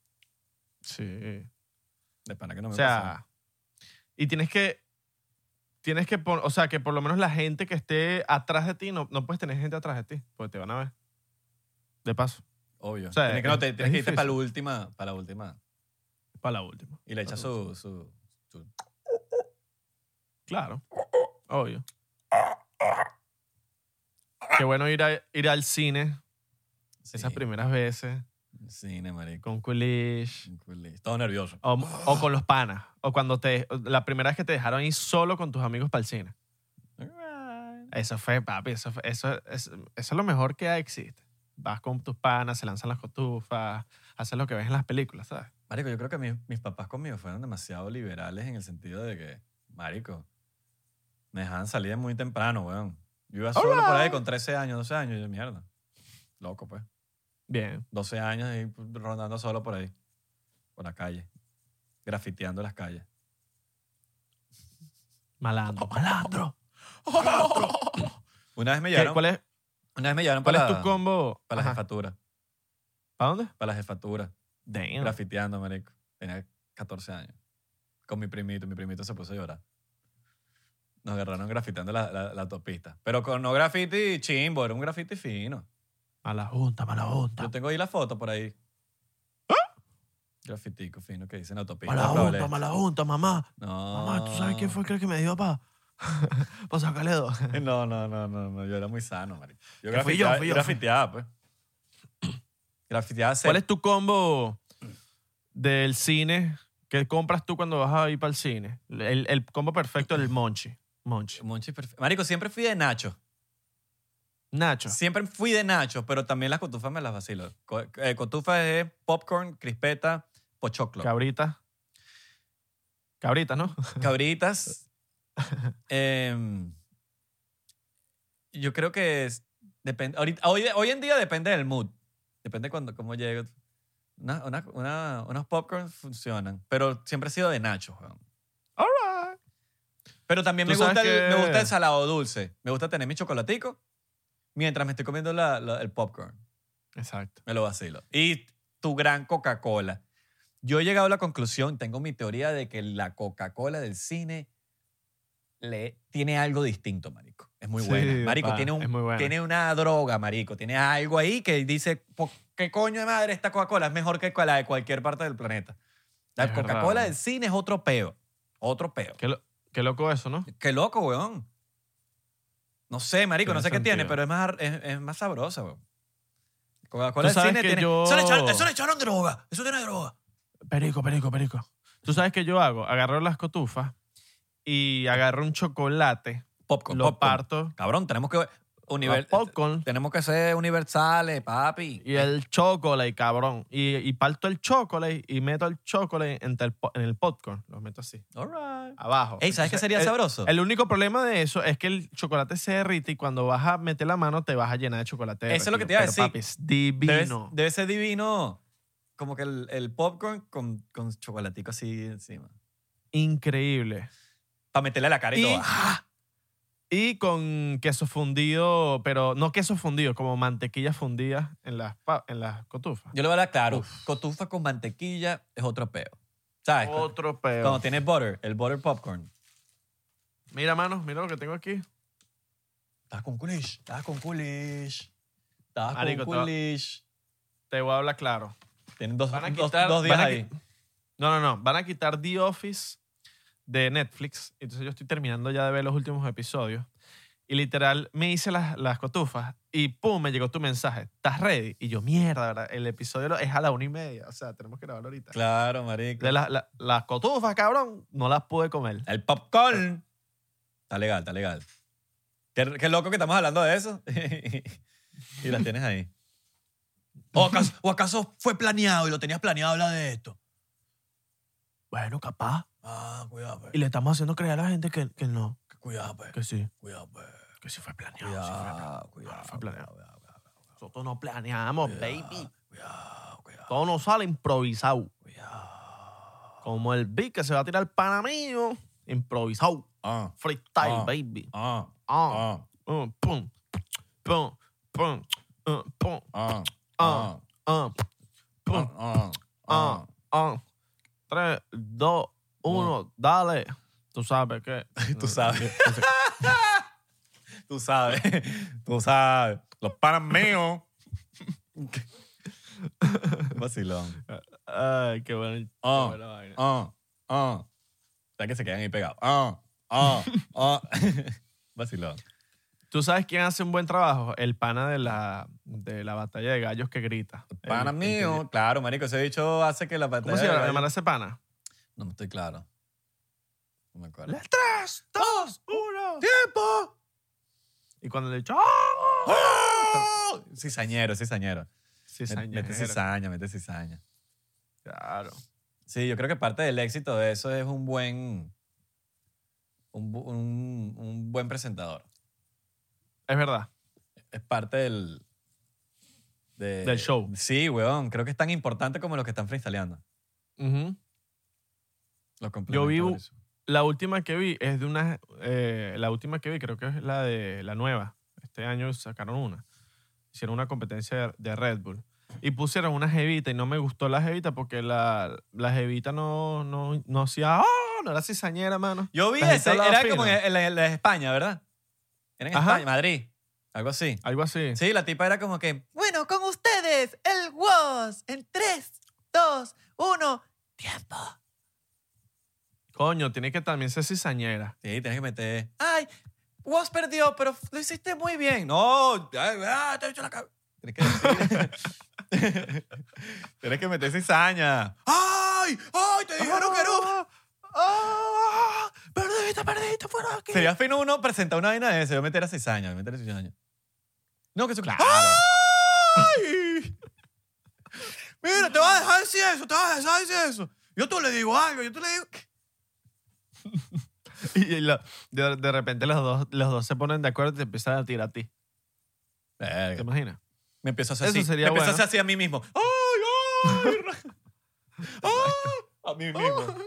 Speaker 2: Sí.
Speaker 1: De pana que no me
Speaker 2: O sea,
Speaker 1: pasaba.
Speaker 2: y tienes que, tienes que, pon- o sea, que por lo menos la gente que esté atrás de ti, no, no puedes tener gente atrás de ti, porque te van a ver. De paso,
Speaker 1: Obvio.
Speaker 2: o sea,
Speaker 1: tienes que, no, te-
Speaker 2: es-
Speaker 1: tienes
Speaker 2: es
Speaker 1: que irte
Speaker 2: difícil.
Speaker 1: para la última, para la última.
Speaker 2: para la última.
Speaker 1: Y le echas su, su, su-
Speaker 2: Claro, obvio. Qué bueno ir, a- ir al cine esas
Speaker 1: sí,
Speaker 2: primeras veces
Speaker 1: Cine, marico.
Speaker 2: con Kulish.
Speaker 1: Un culis. Todo nervioso.
Speaker 2: O, o con los panas. O cuando te. La primera vez que te dejaron ir solo con tus amigos para el cine. Eso fue, papi, eso, fue- eso, es- eso es lo mejor que existe. Vas con tus panas, se lanzan las cotufas, haces lo que ves en las películas, ¿sabes?
Speaker 1: Marico, yo creo que mis, mis papás conmigo fueron demasiado liberales en el sentido de que, marico, me dejaban salir muy temprano, weón. Yo iba solo por ahí con 13 años, 12 años, y yo, mierda. Loco, pues.
Speaker 2: Bien.
Speaker 1: 12 años ahí pues, rondando solo por ahí, por la calle, grafiteando las calles.
Speaker 2: Malandro, Oh, malandro.
Speaker 1: Una vez me
Speaker 2: ¿Qué-
Speaker 1: llevaron,
Speaker 2: ¿Cuál es,
Speaker 1: una vez me llevaron
Speaker 2: cuál
Speaker 1: para,
Speaker 2: es tu combo?
Speaker 1: para la
Speaker 2: Ajá.
Speaker 1: jefatura,
Speaker 2: ¿Para dónde?
Speaker 1: para la jefatura,
Speaker 2: Damn.
Speaker 1: grafiteando, marico. Tenía 14 años. Con mi primito, mi primito se puso a llorar. Nos agarraron grafiteando la, la, la autopista. Pero con no graffiti chimbo, era un graffiti fino.
Speaker 2: Mala junta, mala junta.
Speaker 1: Yo tengo ahí la foto por ahí.
Speaker 2: ¿Ah?
Speaker 1: Grafitico fino que dice en la autopista.
Speaker 2: Mala
Speaker 1: probable.
Speaker 2: junta, mala junta, mamá.
Speaker 1: No.
Speaker 2: Mamá, ¿tú sabes quién fue el que me dio para pa sacarle dos?
Speaker 1: No, no, no, no, no, yo era muy sano, marico. Yo
Speaker 2: Que fui yo,
Speaker 1: grafiteaba,
Speaker 2: fui yo.
Speaker 1: grafiteaba, pues. Grafiteaba se-
Speaker 2: ¿Cuál es tu combo del cine que compras tú cuando vas a ir para el cine? El, el combo perfecto del monchi. Monchi.
Speaker 1: Monchi perfe- Marico, siempre fui de Nacho.
Speaker 2: Nacho.
Speaker 1: Siempre fui de Nacho, pero también las cotufas me las vacilo. Co- eh, cotufas es popcorn, crispeta, pochoclo.
Speaker 2: Cabritas. Cabritas, ¿no?
Speaker 1: Cabritas. em, yo creo que es- depende. ahorita- hoy, hoy en día depende del mood. Depende cuando, cómo llegue. Una- una- una- unos popcorns funcionan, pero siempre he sido de Nacho, weón.
Speaker 2: All right.
Speaker 1: Pero también
Speaker 2: Tú
Speaker 1: me gusta,
Speaker 2: sabes
Speaker 1: el, me
Speaker 2: que-
Speaker 1: gusta el salado dulce. Me gusta tener mi chocolatico mientras me estoy comiendo la- la- el popcorn.
Speaker 2: Exacto.
Speaker 1: Me lo vacilo. Y tu gran Coca-Cola. Yo he llegado a la conclusión, tengo mi teoría de que la Coca-Cola del cine le, tiene algo distinto, marico. Es muy
Speaker 2: Sí,
Speaker 1: buena. Marico,
Speaker 2: pa,
Speaker 1: tiene, un,
Speaker 2: es muy buena.
Speaker 1: tiene una droga, marico. Tiene algo ahí que dice, "Po- ¿qué coño de madre esta Coca-Cola? Es mejor que la de cualquier parte del planeta. La
Speaker 2: Es verdad,
Speaker 1: Coca-Cola
Speaker 2: ¿no?
Speaker 1: del cine es otro peo. Otro peo.
Speaker 2: Qué, lo- qué loco eso, ¿no?
Speaker 1: Qué loco, weón. No sé, marico, no
Speaker 2: Tiene
Speaker 1: sé qué tiene,
Speaker 2: sentido.
Speaker 1: pero es más, es, es más sabrosa, weón. Coca-Cola
Speaker 2: Tú
Speaker 1: del
Speaker 2: sabes
Speaker 1: cine
Speaker 2: que
Speaker 1: tiene...
Speaker 2: yo-
Speaker 1: Eso, le echaron, eso le echaron droga. Eso tiene droga.
Speaker 2: Perico, perico, perico. Tú sabes qué yo hago. Agarro las cotufas y agarro un chocolate,
Speaker 1: Popcorn,
Speaker 2: lo
Speaker 1: popcorn.
Speaker 2: parto.
Speaker 1: Cabrón, tenemos que... Univer-
Speaker 2: Los popcorn
Speaker 1: Tenemos que ser universales, papi.
Speaker 2: y el chocolate, cabrón. Y, y parto el chocolate y meto el chocolate entre el po- en el popcorn. Lo meto así,
Speaker 1: All right.
Speaker 2: abajo.
Speaker 1: Ey, ¿sabes qué
Speaker 2: Entonces,
Speaker 1: sería
Speaker 2: el-
Speaker 1: sabroso?
Speaker 2: El único problema de eso es que el chocolate se derrite y cuando vas a meter la mano te vas a llenar de chocolate.
Speaker 1: Eso es lo que
Speaker 2: derretido.
Speaker 1: te iba a
Speaker 2: Pero,
Speaker 1: decir.
Speaker 2: papi, es divino.
Speaker 1: Debe, debe ser divino. Como que el, el popcorn con, con chocolatico así encima.
Speaker 2: Increíble.
Speaker 1: Para meterle a la cara y,
Speaker 2: Y-
Speaker 1: todo. ¡Ah!
Speaker 2: Y con queso fundido, pero no queso fundido, como mantequilla fundida en las, pa- en las cotufas.
Speaker 1: Yo le voy a dar claro. Cotufa con mantequilla es otro peo. ¿Sabes?
Speaker 2: Otro peo.
Speaker 1: Cuando tienes butter, el butter popcorn.
Speaker 2: Mira, mano, mira lo que tengo aquí.
Speaker 1: Estás con culish. Estás con culish. Estás
Speaker 2: Marico,
Speaker 1: con
Speaker 2: te va-
Speaker 1: culish.
Speaker 2: Te voy a hablar claro.
Speaker 1: Tienen dos,
Speaker 2: Van a
Speaker 1: dos-
Speaker 2: quitar-
Speaker 1: dos días
Speaker 2: van a
Speaker 1: ahí.
Speaker 2: No, no, no. Van a quitar The Office de Netflix. Entonces yo estoy terminando ya de ver los últimos episodios. Y literal me hice las, las cotufas y pum, me llegó tu mensaje. ¿Estás ready? Y yo, mierda, ¿verdad? El episodio lo- es a la una y media. O sea, tenemos que grabarlo ahorita.
Speaker 1: Claro, marico.
Speaker 2: De las- la- las cotufas, cabrón, no las pude comer.
Speaker 1: El popcorn. Está legal, está legal. Qué, qué loco que estamos hablando de eso. y las tienes ahí. ¿O acaso, o acaso fue planeado y lo tenías planeado hablar de esto?
Speaker 2: Bueno, capaz.
Speaker 1: Ah, cuidado, pues.
Speaker 2: Y le estamos haciendo creer a la gente que, que no,
Speaker 1: Cuidado, pues.
Speaker 2: que sí,
Speaker 1: Cuidado, pues.
Speaker 2: que sí fue planeado. sí fue planeado.
Speaker 1: Cuidado,
Speaker 2: Ah,
Speaker 1: cuidado.
Speaker 2: fue planeado.
Speaker 1: cuidado, cuidado,
Speaker 2: Nosotros no planeamos, baby.
Speaker 1: Cuidado, cuidado,
Speaker 2: Todo nos sale improvisado.
Speaker 1: cuidado.
Speaker 2: Como el beat que se va a tirar para mí, improvisado.
Speaker 1: Ah,
Speaker 2: Freestyle,
Speaker 1: Ah.
Speaker 2: baby.
Speaker 1: ah,
Speaker 2: Ah,
Speaker 1: ah,
Speaker 2: uh, pum, pum, pum, uh, pum,
Speaker 1: ah,
Speaker 2: ah,
Speaker 1: ah,
Speaker 2: ah, pum,
Speaker 1: ah, ah.
Speaker 2: ah. Tres, dos, uno, dale. Tú sabes que.
Speaker 1: Ah. Tú sabes. Tú sabes. Tú sabes. Los panas míos. Vacilón.
Speaker 2: Ay, qué bueno.
Speaker 1: Ah,
Speaker 2: qué buena vaina.
Speaker 1: Ah, ah. Ya que se quedan ahí pegados. Ah, ah, ah. Vacilón.
Speaker 2: ¿Tú sabes quién hace un buen trabajo? El pana de la, de la batalla de gallos que grita. El-
Speaker 1: Panas
Speaker 2: el que-
Speaker 1: míos. Claro, marico. Ese bicho hace que la pantalla...
Speaker 2: ¿Cómo se
Speaker 1: de
Speaker 2: llama
Speaker 1: gallo-
Speaker 2: llamará ese pana?
Speaker 1: No me estoy claro. No me acuerdo.
Speaker 2: Tres, dos, uno.
Speaker 1: ¡Tiempo!
Speaker 2: Y cuando le dicho, ¡ah!
Speaker 1: ¡Ah! Cizañero, cizañero.
Speaker 2: Sí,
Speaker 1: Met- Mete
Speaker 2: sañero.
Speaker 1: cizaña, mete cizaña.
Speaker 2: Claro.
Speaker 1: Sí, yo creo que parte del éxito de eso es un buen. Un, bu- un- un buen presentador.
Speaker 2: Es verdad.
Speaker 1: Es parte del. de-
Speaker 2: Del show.
Speaker 1: Sí, weón. Creo que es tan importante como los que están freestyleando.
Speaker 2: Ujú.
Speaker 1: Los
Speaker 2: Yo vi u-
Speaker 1: complementarios.
Speaker 2: La última que vi es de una. eh, la última que vi creo que es la de la nueva. Este año sacaron una. Hicieron una competencia de, de Red Bull. Y pusieron una jevita y no me gustó la jevita porque la, la jevita no, no, no hacía. ¡Ah! No era cizañera, mano.
Speaker 1: Yo vi
Speaker 2: La gente
Speaker 1: ese.
Speaker 2: hablaba
Speaker 1: Era
Speaker 2: fino.
Speaker 1: como en, en- en la de España, ¿verdad? Era en
Speaker 2: Ajá.
Speaker 1: España, Madrid. Algo así.
Speaker 2: Algo así.
Speaker 1: Sí, la tipa era como que. Bueno, con ustedes, el WOS. En 3, 2, 1, tiempo.
Speaker 2: Coño, tiene que también ser cizañera.
Speaker 1: Sí, tienes que meter. ¡Ay! Woz perdió, pero lo hiciste muy bien. No, ay, ah, te he hecho la cabeza. Tienes que decir- tienes que meter cizaña. ¡Ay! ¡Ay! ¡Te dijeron que no!
Speaker 2: ¡Ah! ¡Perdiste, perdiste! ¡Fuera de aquí!
Speaker 1: Sería fino uno presentar una vaina de eso. Yo meter cizaña, yo meter cizaña. No, que eso claro. ¡Ay! Mira, te vas a dejar decir eso, te vas a dejar decir eso. Yo tú le digo algo, yo tú le digo.
Speaker 2: Y la- de, de repente los dos, los dos se ponen de acuerdo y te empiezan a tirar a ti. ¿Te
Speaker 1: Verga.
Speaker 2: imaginas?
Speaker 1: Me empiezo a hacer
Speaker 2: Eso
Speaker 1: así.
Speaker 2: sería
Speaker 1: me empiezo a
Speaker 2: bueno.
Speaker 1: hacer así a mí mismo. ¡Ay, ay! ¡Ah! A mí mismo.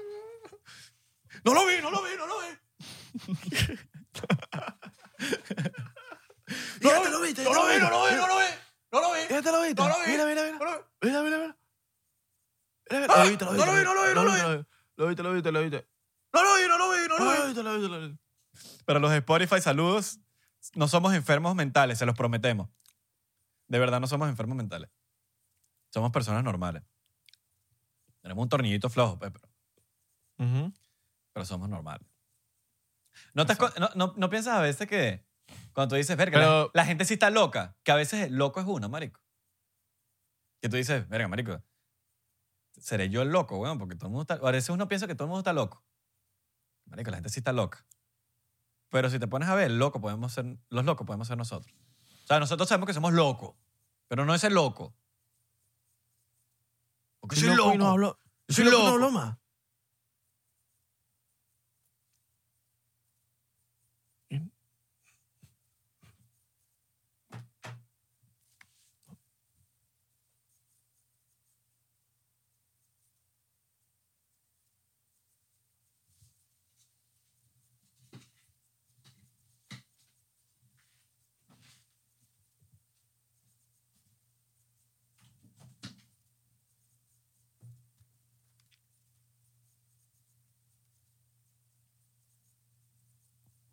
Speaker 1: No lo vi, no lo vi, no lo vi. no, lo, vi, no lo vi, no lo vi, no lo vi. No lo vi.
Speaker 2: Mira, te lo viste.
Speaker 1: No lo vi.
Speaker 2: Mira, mira, mira.
Speaker 1: No lo vi.
Speaker 2: Mira, mira, mira. Mira,
Speaker 1: Ah,
Speaker 2: mira. Lo viste, lo
Speaker 1: no lo vi,
Speaker 2: viste.
Speaker 1: no lo vi, no lo vi.
Speaker 2: Lo viste, lo viste, lo viste.
Speaker 1: No lo vi, no lo vi, no
Speaker 2: Lo
Speaker 1: lo vi.
Speaker 2: viste, lo viste, lo viste.
Speaker 1: Pero los de Spotify, saludos. No somos enfermos mentales, se los prometemos. De verdad, no somos enfermos mentales. Somos personas normales. Tenemos un tornillito flojo, pues, pero-
Speaker 2: Ujú.
Speaker 1: pero somos normales. ¿No, te has con- no- no- no piensas a veces que cuando tú dices, verga, la,
Speaker 2: Pero-
Speaker 1: la gente sí está loca, que a veces el loco es uno, marico? Que tú dices, verga, marico, seré yo el loco, weón, porque todo el mundo está... A veces uno piensa que todo el mundo está loco. Marico, la gente sí está loca. Pero si te pones a ver, loco podemos ser, los locos podemos ser nosotros. O sea, nosotros sabemos que somos locos, pero no ese loco. Porque soy loco.
Speaker 2: y no hablo-
Speaker 1: Yo soy
Speaker 2: soy y no
Speaker 1: loco.
Speaker 2: hablo más.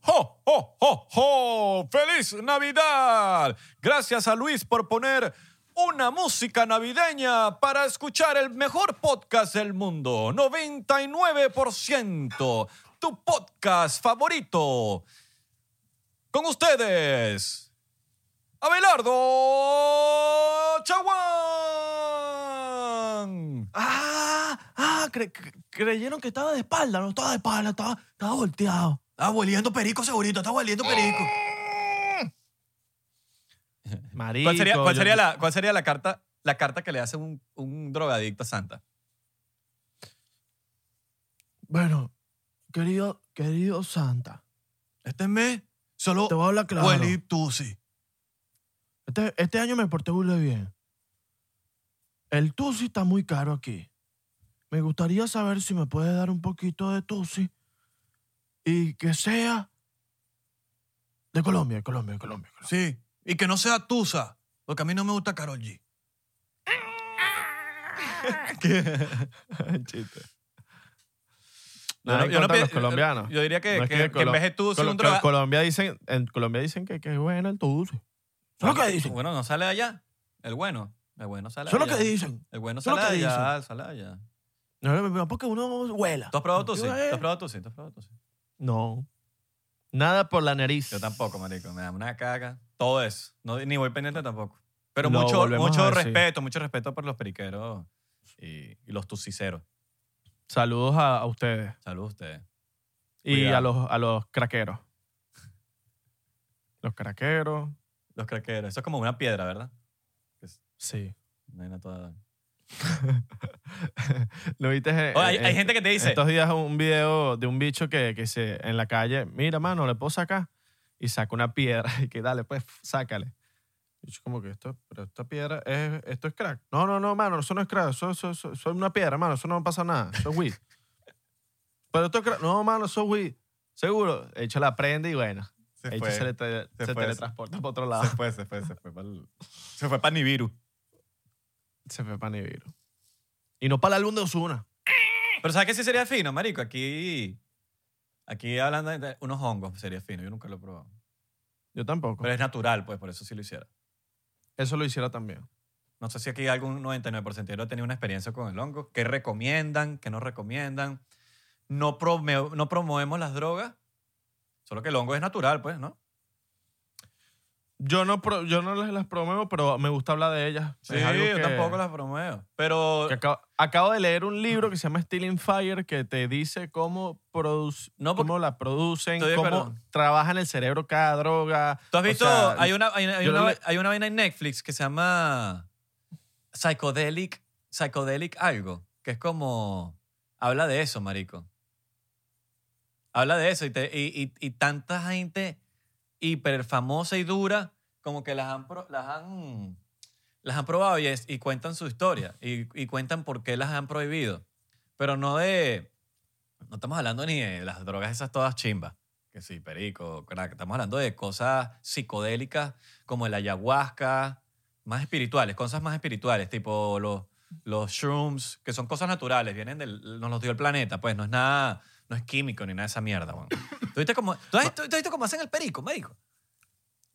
Speaker 1: ¡Jo, jo, jo, jo! ¡Feliz Navidad! Gracias a Luis por poner una música navideña para escuchar el mejor podcast del mundo. 99%. Tu podcast favorito. Con ustedes. Abelardo Chaguán.
Speaker 2: Ah, ah, cre- cre- creyeron que estaba de espalda. No estaba de espalda, estaba, estaba volteado.
Speaker 1: Está volviendo perico segurito, está volviendo perico.
Speaker 2: Marico.
Speaker 1: ¿Cuál sería, cuál
Speaker 2: yo-
Speaker 1: sería la, cuál sería la carta, la carta que le hace un, un drogadicto a Santa?
Speaker 2: Bueno, querido, querido Santa,
Speaker 1: Este mes solo
Speaker 2: te voy a hablar claro.
Speaker 1: tusi.
Speaker 2: Este, este año me porté burda de bien. El Tusi está muy caro aquí. Me gustaría saber si me puedes dar un poquito de Tusi y que sea de Colombia, de Colombia, de Colombia. de Colombia.
Speaker 1: Sí, y que no sea tusa, porque a mí no me gusta Carol G.
Speaker 2: Nada en contra de los colombianos.
Speaker 1: Yo diría que,
Speaker 2: Ah. No es
Speaker 1: que-
Speaker 2: que de
Speaker 1: que en
Speaker 2: Colo-
Speaker 1: vez de tusi,
Speaker 2: Colo-
Speaker 1: un
Speaker 2: Col-
Speaker 1: droga...
Speaker 2: Colombia dicen, en Colombia dicen que, que es bueno el Tusi. Eso es lo que dicen.
Speaker 1: Bueno, no sale de allá. El bueno. El bueno sale de
Speaker 2: Eso es lo
Speaker 1: allá.
Speaker 2: que dicen.
Speaker 1: El bueno
Speaker 2: Eso es
Speaker 1: sale
Speaker 2: lo
Speaker 1: de
Speaker 2: que
Speaker 1: allá, sale de allá.
Speaker 2: No, no, no, porque uno huela.
Speaker 1: ¿Tú has probado tusi? ¿Tú
Speaker 2: Eh,
Speaker 1: has probado tusi? ¿Tú has probado tusi?
Speaker 2: No. Nada por la nariz.
Speaker 1: Yo tampoco, marico. Me da una caga. Todo eso. No, ni voy pendiente tampoco. Pero
Speaker 2: Lo
Speaker 1: mucho,
Speaker 2: volvemos a
Speaker 1: mucho
Speaker 2: decir.
Speaker 1: respeto, mucho respeto por los periqueros y, y los tusiceros.
Speaker 2: Saludos a, a ustedes
Speaker 1: Salud a ustedes.
Speaker 2: y
Speaker 1: Cuidado.
Speaker 2: a los, a los craqueros. Los craqueros.
Speaker 1: Los craqueros. Eso es como una piedra, ¿verdad?
Speaker 2: Sí.
Speaker 1: No hay nada toda-
Speaker 2: Lo viste. eh,
Speaker 1: Oye, hay,
Speaker 2: eh,
Speaker 1: hay gente que te dice,
Speaker 2: Estos días un video de un bicho que, que se, en la calle, mira, mano, le puedo sacar. Y saca una piedra y que dale, pues, sácale. Y yo como que esto, pero esta piedra, es, esto es crack. No, no, no, mano, eso no es crack. Eso, eso, eso- eso es una piedra, mano, eso no pasa nada. Eso es weed. pero esto es crack. No, mano, eso es weed. Seguro. De hecho, la prende y bueno.
Speaker 1: se
Speaker 2: el
Speaker 1: fue,
Speaker 2: bicho se, le te-
Speaker 1: Se
Speaker 2: se
Speaker 1: fue.
Speaker 2: teletransporta para otro lado.
Speaker 1: se fue, se fue, se fue. pa'l- Se fue para Nibiru.
Speaker 2: Se fue para Nibiru. Y no para el álbum de Osuna.
Speaker 1: Pero ¿sabes qué sí sería fino, marico? Aquí, aquí hablando de unos hongos sería fino. Yo nunca lo he probado.
Speaker 2: Yo tampoco.
Speaker 1: Pero es natural, pues, por eso sí lo hiciera.
Speaker 2: Eso lo hiciera también.
Speaker 1: No sé si aquí algún 99% ha tenido una experiencia con el hongo. ¿Qué recomiendan? ¿Qué no recomiendan? No, prome- no promovemos las drogas. Solo que el hongo es natural, pues, ¿no?
Speaker 2: Yo no, pro- yo no les las promuevo, pero me gusta hablar de ellas.
Speaker 1: Sí,
Speaker 2: Es algo
Speaker 1: yo
Speaker 2: que-
Speaker 1: tampoco las promuevo. Pero
Speaker 2: que acabo, acabo de leer un libro que se llama Stealing Fire que te dice cómo, produc-
Speaker 1: No, porque-
Speaker 2: cómo la producen,
Speaker 1: Estoy de
Speaker 2: cómo
Speaker 1: acuerdo.
Speaker 2: trabaja en el cerebro cada droga.
Speaker 1: tú has
Speaker 2: O
Speaker 1: visto,
Speaker 2: sea,
Speaker 1: hay, una, hay, una- hay
Speaker 2: yo
Speaker 1: una,
Speaker 2: le-
Speaker 1: hay una vaina en Netflix que se llama Psychedelic, Psychedelic algo, que es como, habla de eso, marico. Habla de eso y, te- y, y- y tanta gente hiper famosa y dura como que las han, pro- las han, las han probado y, es- y cuentan su historia y, y cuentan por qué las han prohibido. Pero no de... No estamos hablando ni de las drogas esas todas chimbas, que sí, perico, crack. Estamos hablando de cosas psicodélicas como el ayahuasca, más espirituales, cosas más espirituales, tipo los, los shrooms, que son cosas naturales, vienen del, nos los dio el planeta, pues no es nada, no es químico ni nada de esa mierda, weón. ¿Tú viste cómo, tú has- tú has visto cómo hacen el perico, médico?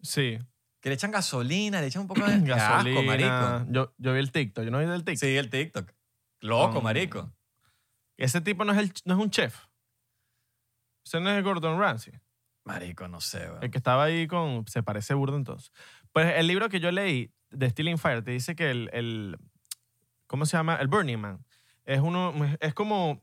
Speaker 2: Sí,
Speaker 1: Que le echan gasolina, le echan un poco de Qué asco,
Speaker 2: gasolina.
Speaker 1: marico.
Speaker 2: yo, yo vi el TikTok, yo no vi del TikTok.
Speaker 1: Sí, el TikTok. Loco,
Speaker 2: Con-
Speaker 1: marico.
Speaker 2: Ese tipo no es, el, no es un chef. Ese no es Gordon Ramsay.
Speaker 1: Marico, no sé, weón.
Speaker 2: El que estaba ahí con. Se parece burdo entonces. Pues el libro que yo leí de Stealing Fire te dice que el. el- ¿Cómo se llama? El Burning Man. Es, uno, es como.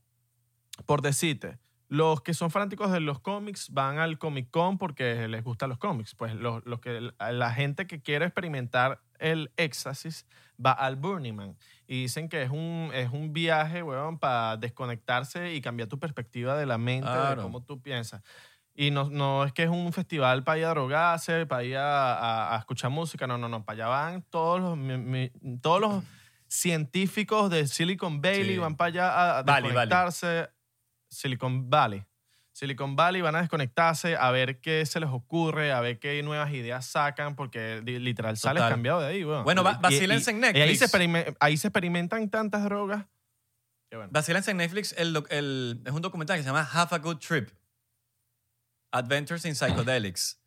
Speaker 2: Por decirte. Los que son fanáticos de los cómics van al Comic Con porque les gustan los cómics. Pues los, los que, la gente que quiere experimentar el éxtasis va al Burning Man. Y dicen que es un, es un viaje, weón, para desconectarse y cambiar tu perspectiva de la mente,
Speaker 1: Claro.
Speaker 2: de cómo tú piensas. Y no, no es que es un festival para ir a drogarse, para ir a, a- a escuchar música. No, no, no. Para allá van todos los, mi- mi- todos los científicos de Silicon Valley,
Speaker 1: Sí.
Speaker 2: van para allá a, a
Speaker 1: Valley, Valley.
Speaker 2: desconectarse. Silicon Valley. Silicon Valley van a desconectarse a ver qué se les ocurre, a ver qué nuevas ideas sacan, porque li- literal sales
Speaker 1: Total.
Speaker 2: cambiado de ahí, weón.
Speaker 1: Bueno, va-
Speaker 2: Y- y-
Speaker 1: vacílense en
Speaker 2: y ahí se,
Speaker 1: Netflix.
Speaker 2: experime- ahí se experimentan tantas drogas. que bueno.
Speaker 1: Vacílense en Netflix, el, doc- el- es un documental que se llama Have a Good Trip. Adventures in Psychedelics.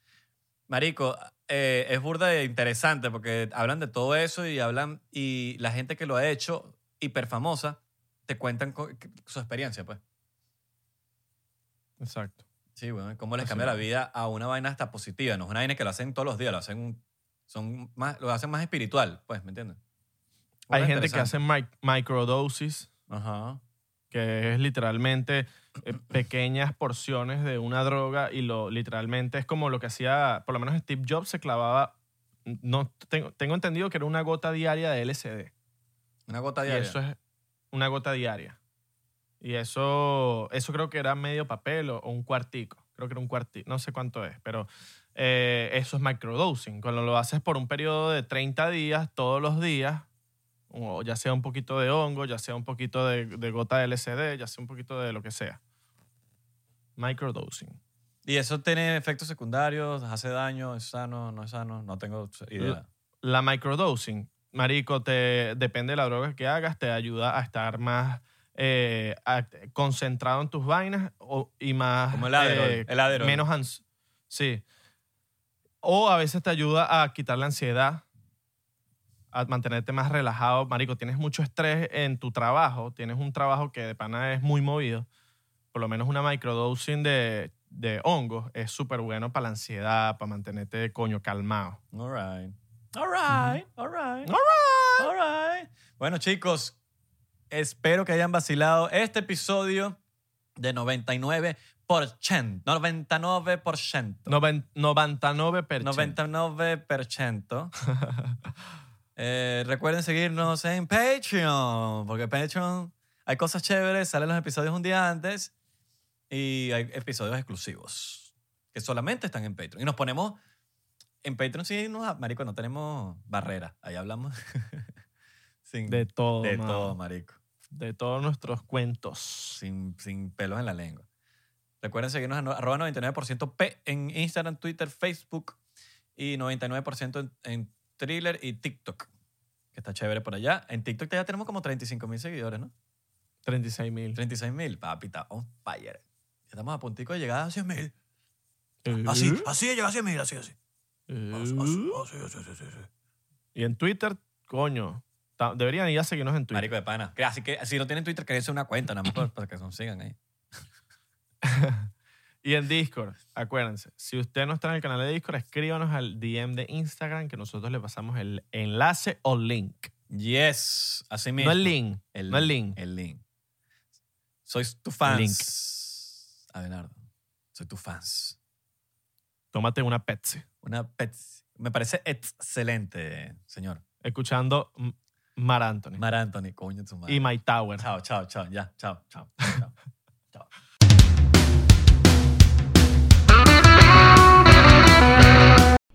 Speaker 1: Marico, eh, es burda de interesante porque hablan de todo eso y hablan, y la gente que lo ha hecho, hiperfamosa, te cuentan co- su experiencia, pues.
Speaker 2: Exacto.
Speaker 1: Sí, bueno, cómo les
Speaker 2: Así
Speaker 1: cambia la
Speaker 2: mismo.
Speaker 1: vida a una vaina hasta positiva. No es una vaina que lo hacen todos los días, lo hacen, un- son más, lo hacen más espiritual, pues, ¿me entiendes?
Speaker 2: Hay
Speaker 1: Burda
Speaker 2: gente que
Speaker 1: interesante.
Speaker 2: hace mic- microdosis,
Speaker 1: Ajá.
Speaker 2: que es literalmente eh, pequeñas porciones de una droga y lo literalmente es como lo que hacía, por lo menos Steve Jobs se clavaba, no, tengo, tengo entendido que era una gota diaria de LSD.
Speaker 1: Una gota
Speaker 2: Y
Speaker 1: diaria.
Speaker 2: eso es una gota diaria. Y eso, eso creo que era medio papel o, o un cuartico. Creo que era un cuartico, no sé cuánto es, pero eh, eso es microdosing. Cuando lo haces por un periodo de 30 días, todos los días, o ya sea un poquito de hongo, ya sea un poquito de, de gota de LSD, ya sea un poquito de lo que sea. Microdosing.
Speaker 1: Y eso tiene efectos secundarios, hace daño, es sano, no es sano, no tengo idea.
Speaker 2: La microdosing, marico, te, depende de la droga que hagas, te ayuda a estar más eh, act- concentrado en tus vainas o- y más...
Speaker 1: Como el Aderol.
Speaker 2: eh,
Speaker 1: el Aderol.
Speaker 2: menos ans- Sí. O a veces te ayuda a quitar la ansiedad, a mantenerte más relajado. Marico, tienes mucho estrés en tu trabajo, tienes un trabajo que de pana es muy movido. Por lo menos una microdosing de, de hongos es súper bueno para la ansiedad, para mantenerte, coño, calmado.
Speaker 1: All right. All right, all right.
Speaker 2: All
Speaker 1: All right. Bueno, chicos, espero que hayan vacilado este episodio de 99%. 99%.
Speaker 2: Noven- 99%.
Speaker 1: 99%. Eh, recuerden seguirnos en Patreon, porque Patreon hay cosas chéveres, salen los episodios un día antes y hay episodios exclusivos que solamente están en Patreon. Y nos ponemos en Patreon, sí, no, marico, no tenemos barrera. Ahí hablamos sin,
Speaker 2: de todo,
Speaker 1: de
Speaker 2: mano.
Speaker 1: todo, marico.
Speaker 2: De todos nuestros cuentos.
Speaker 1: Sin, sin pelos en la lengua. Recuerden seguirnos en arroba 99% P en Instagram, Twitter, Facebook y 99% en, en Thriller y TikTok, que está chévere por allá. En TikTok ya tenemos como 35 mil seguidores, ¿no?
Speaker 2: 36 mil.
Speaker 1: 36 mil, papi, está on fire. Ya Estamos a puntico de llegar a 100 mil.
Speaker 2: Eh,
Speaker 1: Así, así de llegar a 100 mil, así, así. Así, así, así, así, así, así.
Speaker 2: Y en Twitter, coño. ta- Deberían ir a seguirnos en Twitter.
Speaker 1: Marico de pana. Que- Así que si no tienen Twitter, créense una cuenta, nada más por- para que nos sigan ahí.
Speaker 2: Y en Discord, acuérdense. Si usted no está en el canal de Discord, escríbanos al DM de Instagram que nosotros le pasamos el enlace o link.
Speaker 1: Yes, así mismo.
Speaker 2: No el link. no el link.
Speaker 1: El link. Soy tu fans.
Speaker 2: link.
Speaker 1: Abelardo. Soy tu fans.
Speaker 2: Tómate una Pepsi.
Speaker 1: Una Pepsi. Me parece excelente, señor.
Speaker 2: Escuchando M- Mar Anthony.
Speaker 1: Mar Anthony, coño tu madre.
Speaker 2: y My Tower.
Speaker 1: Chao, chao, chao. Ya, chao, chao. chao.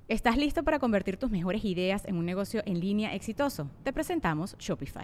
Speaker 4: ¿Estás listo para convertir tus mejores ideas en un negocio en línea exitoso? Te presentamos Shopify.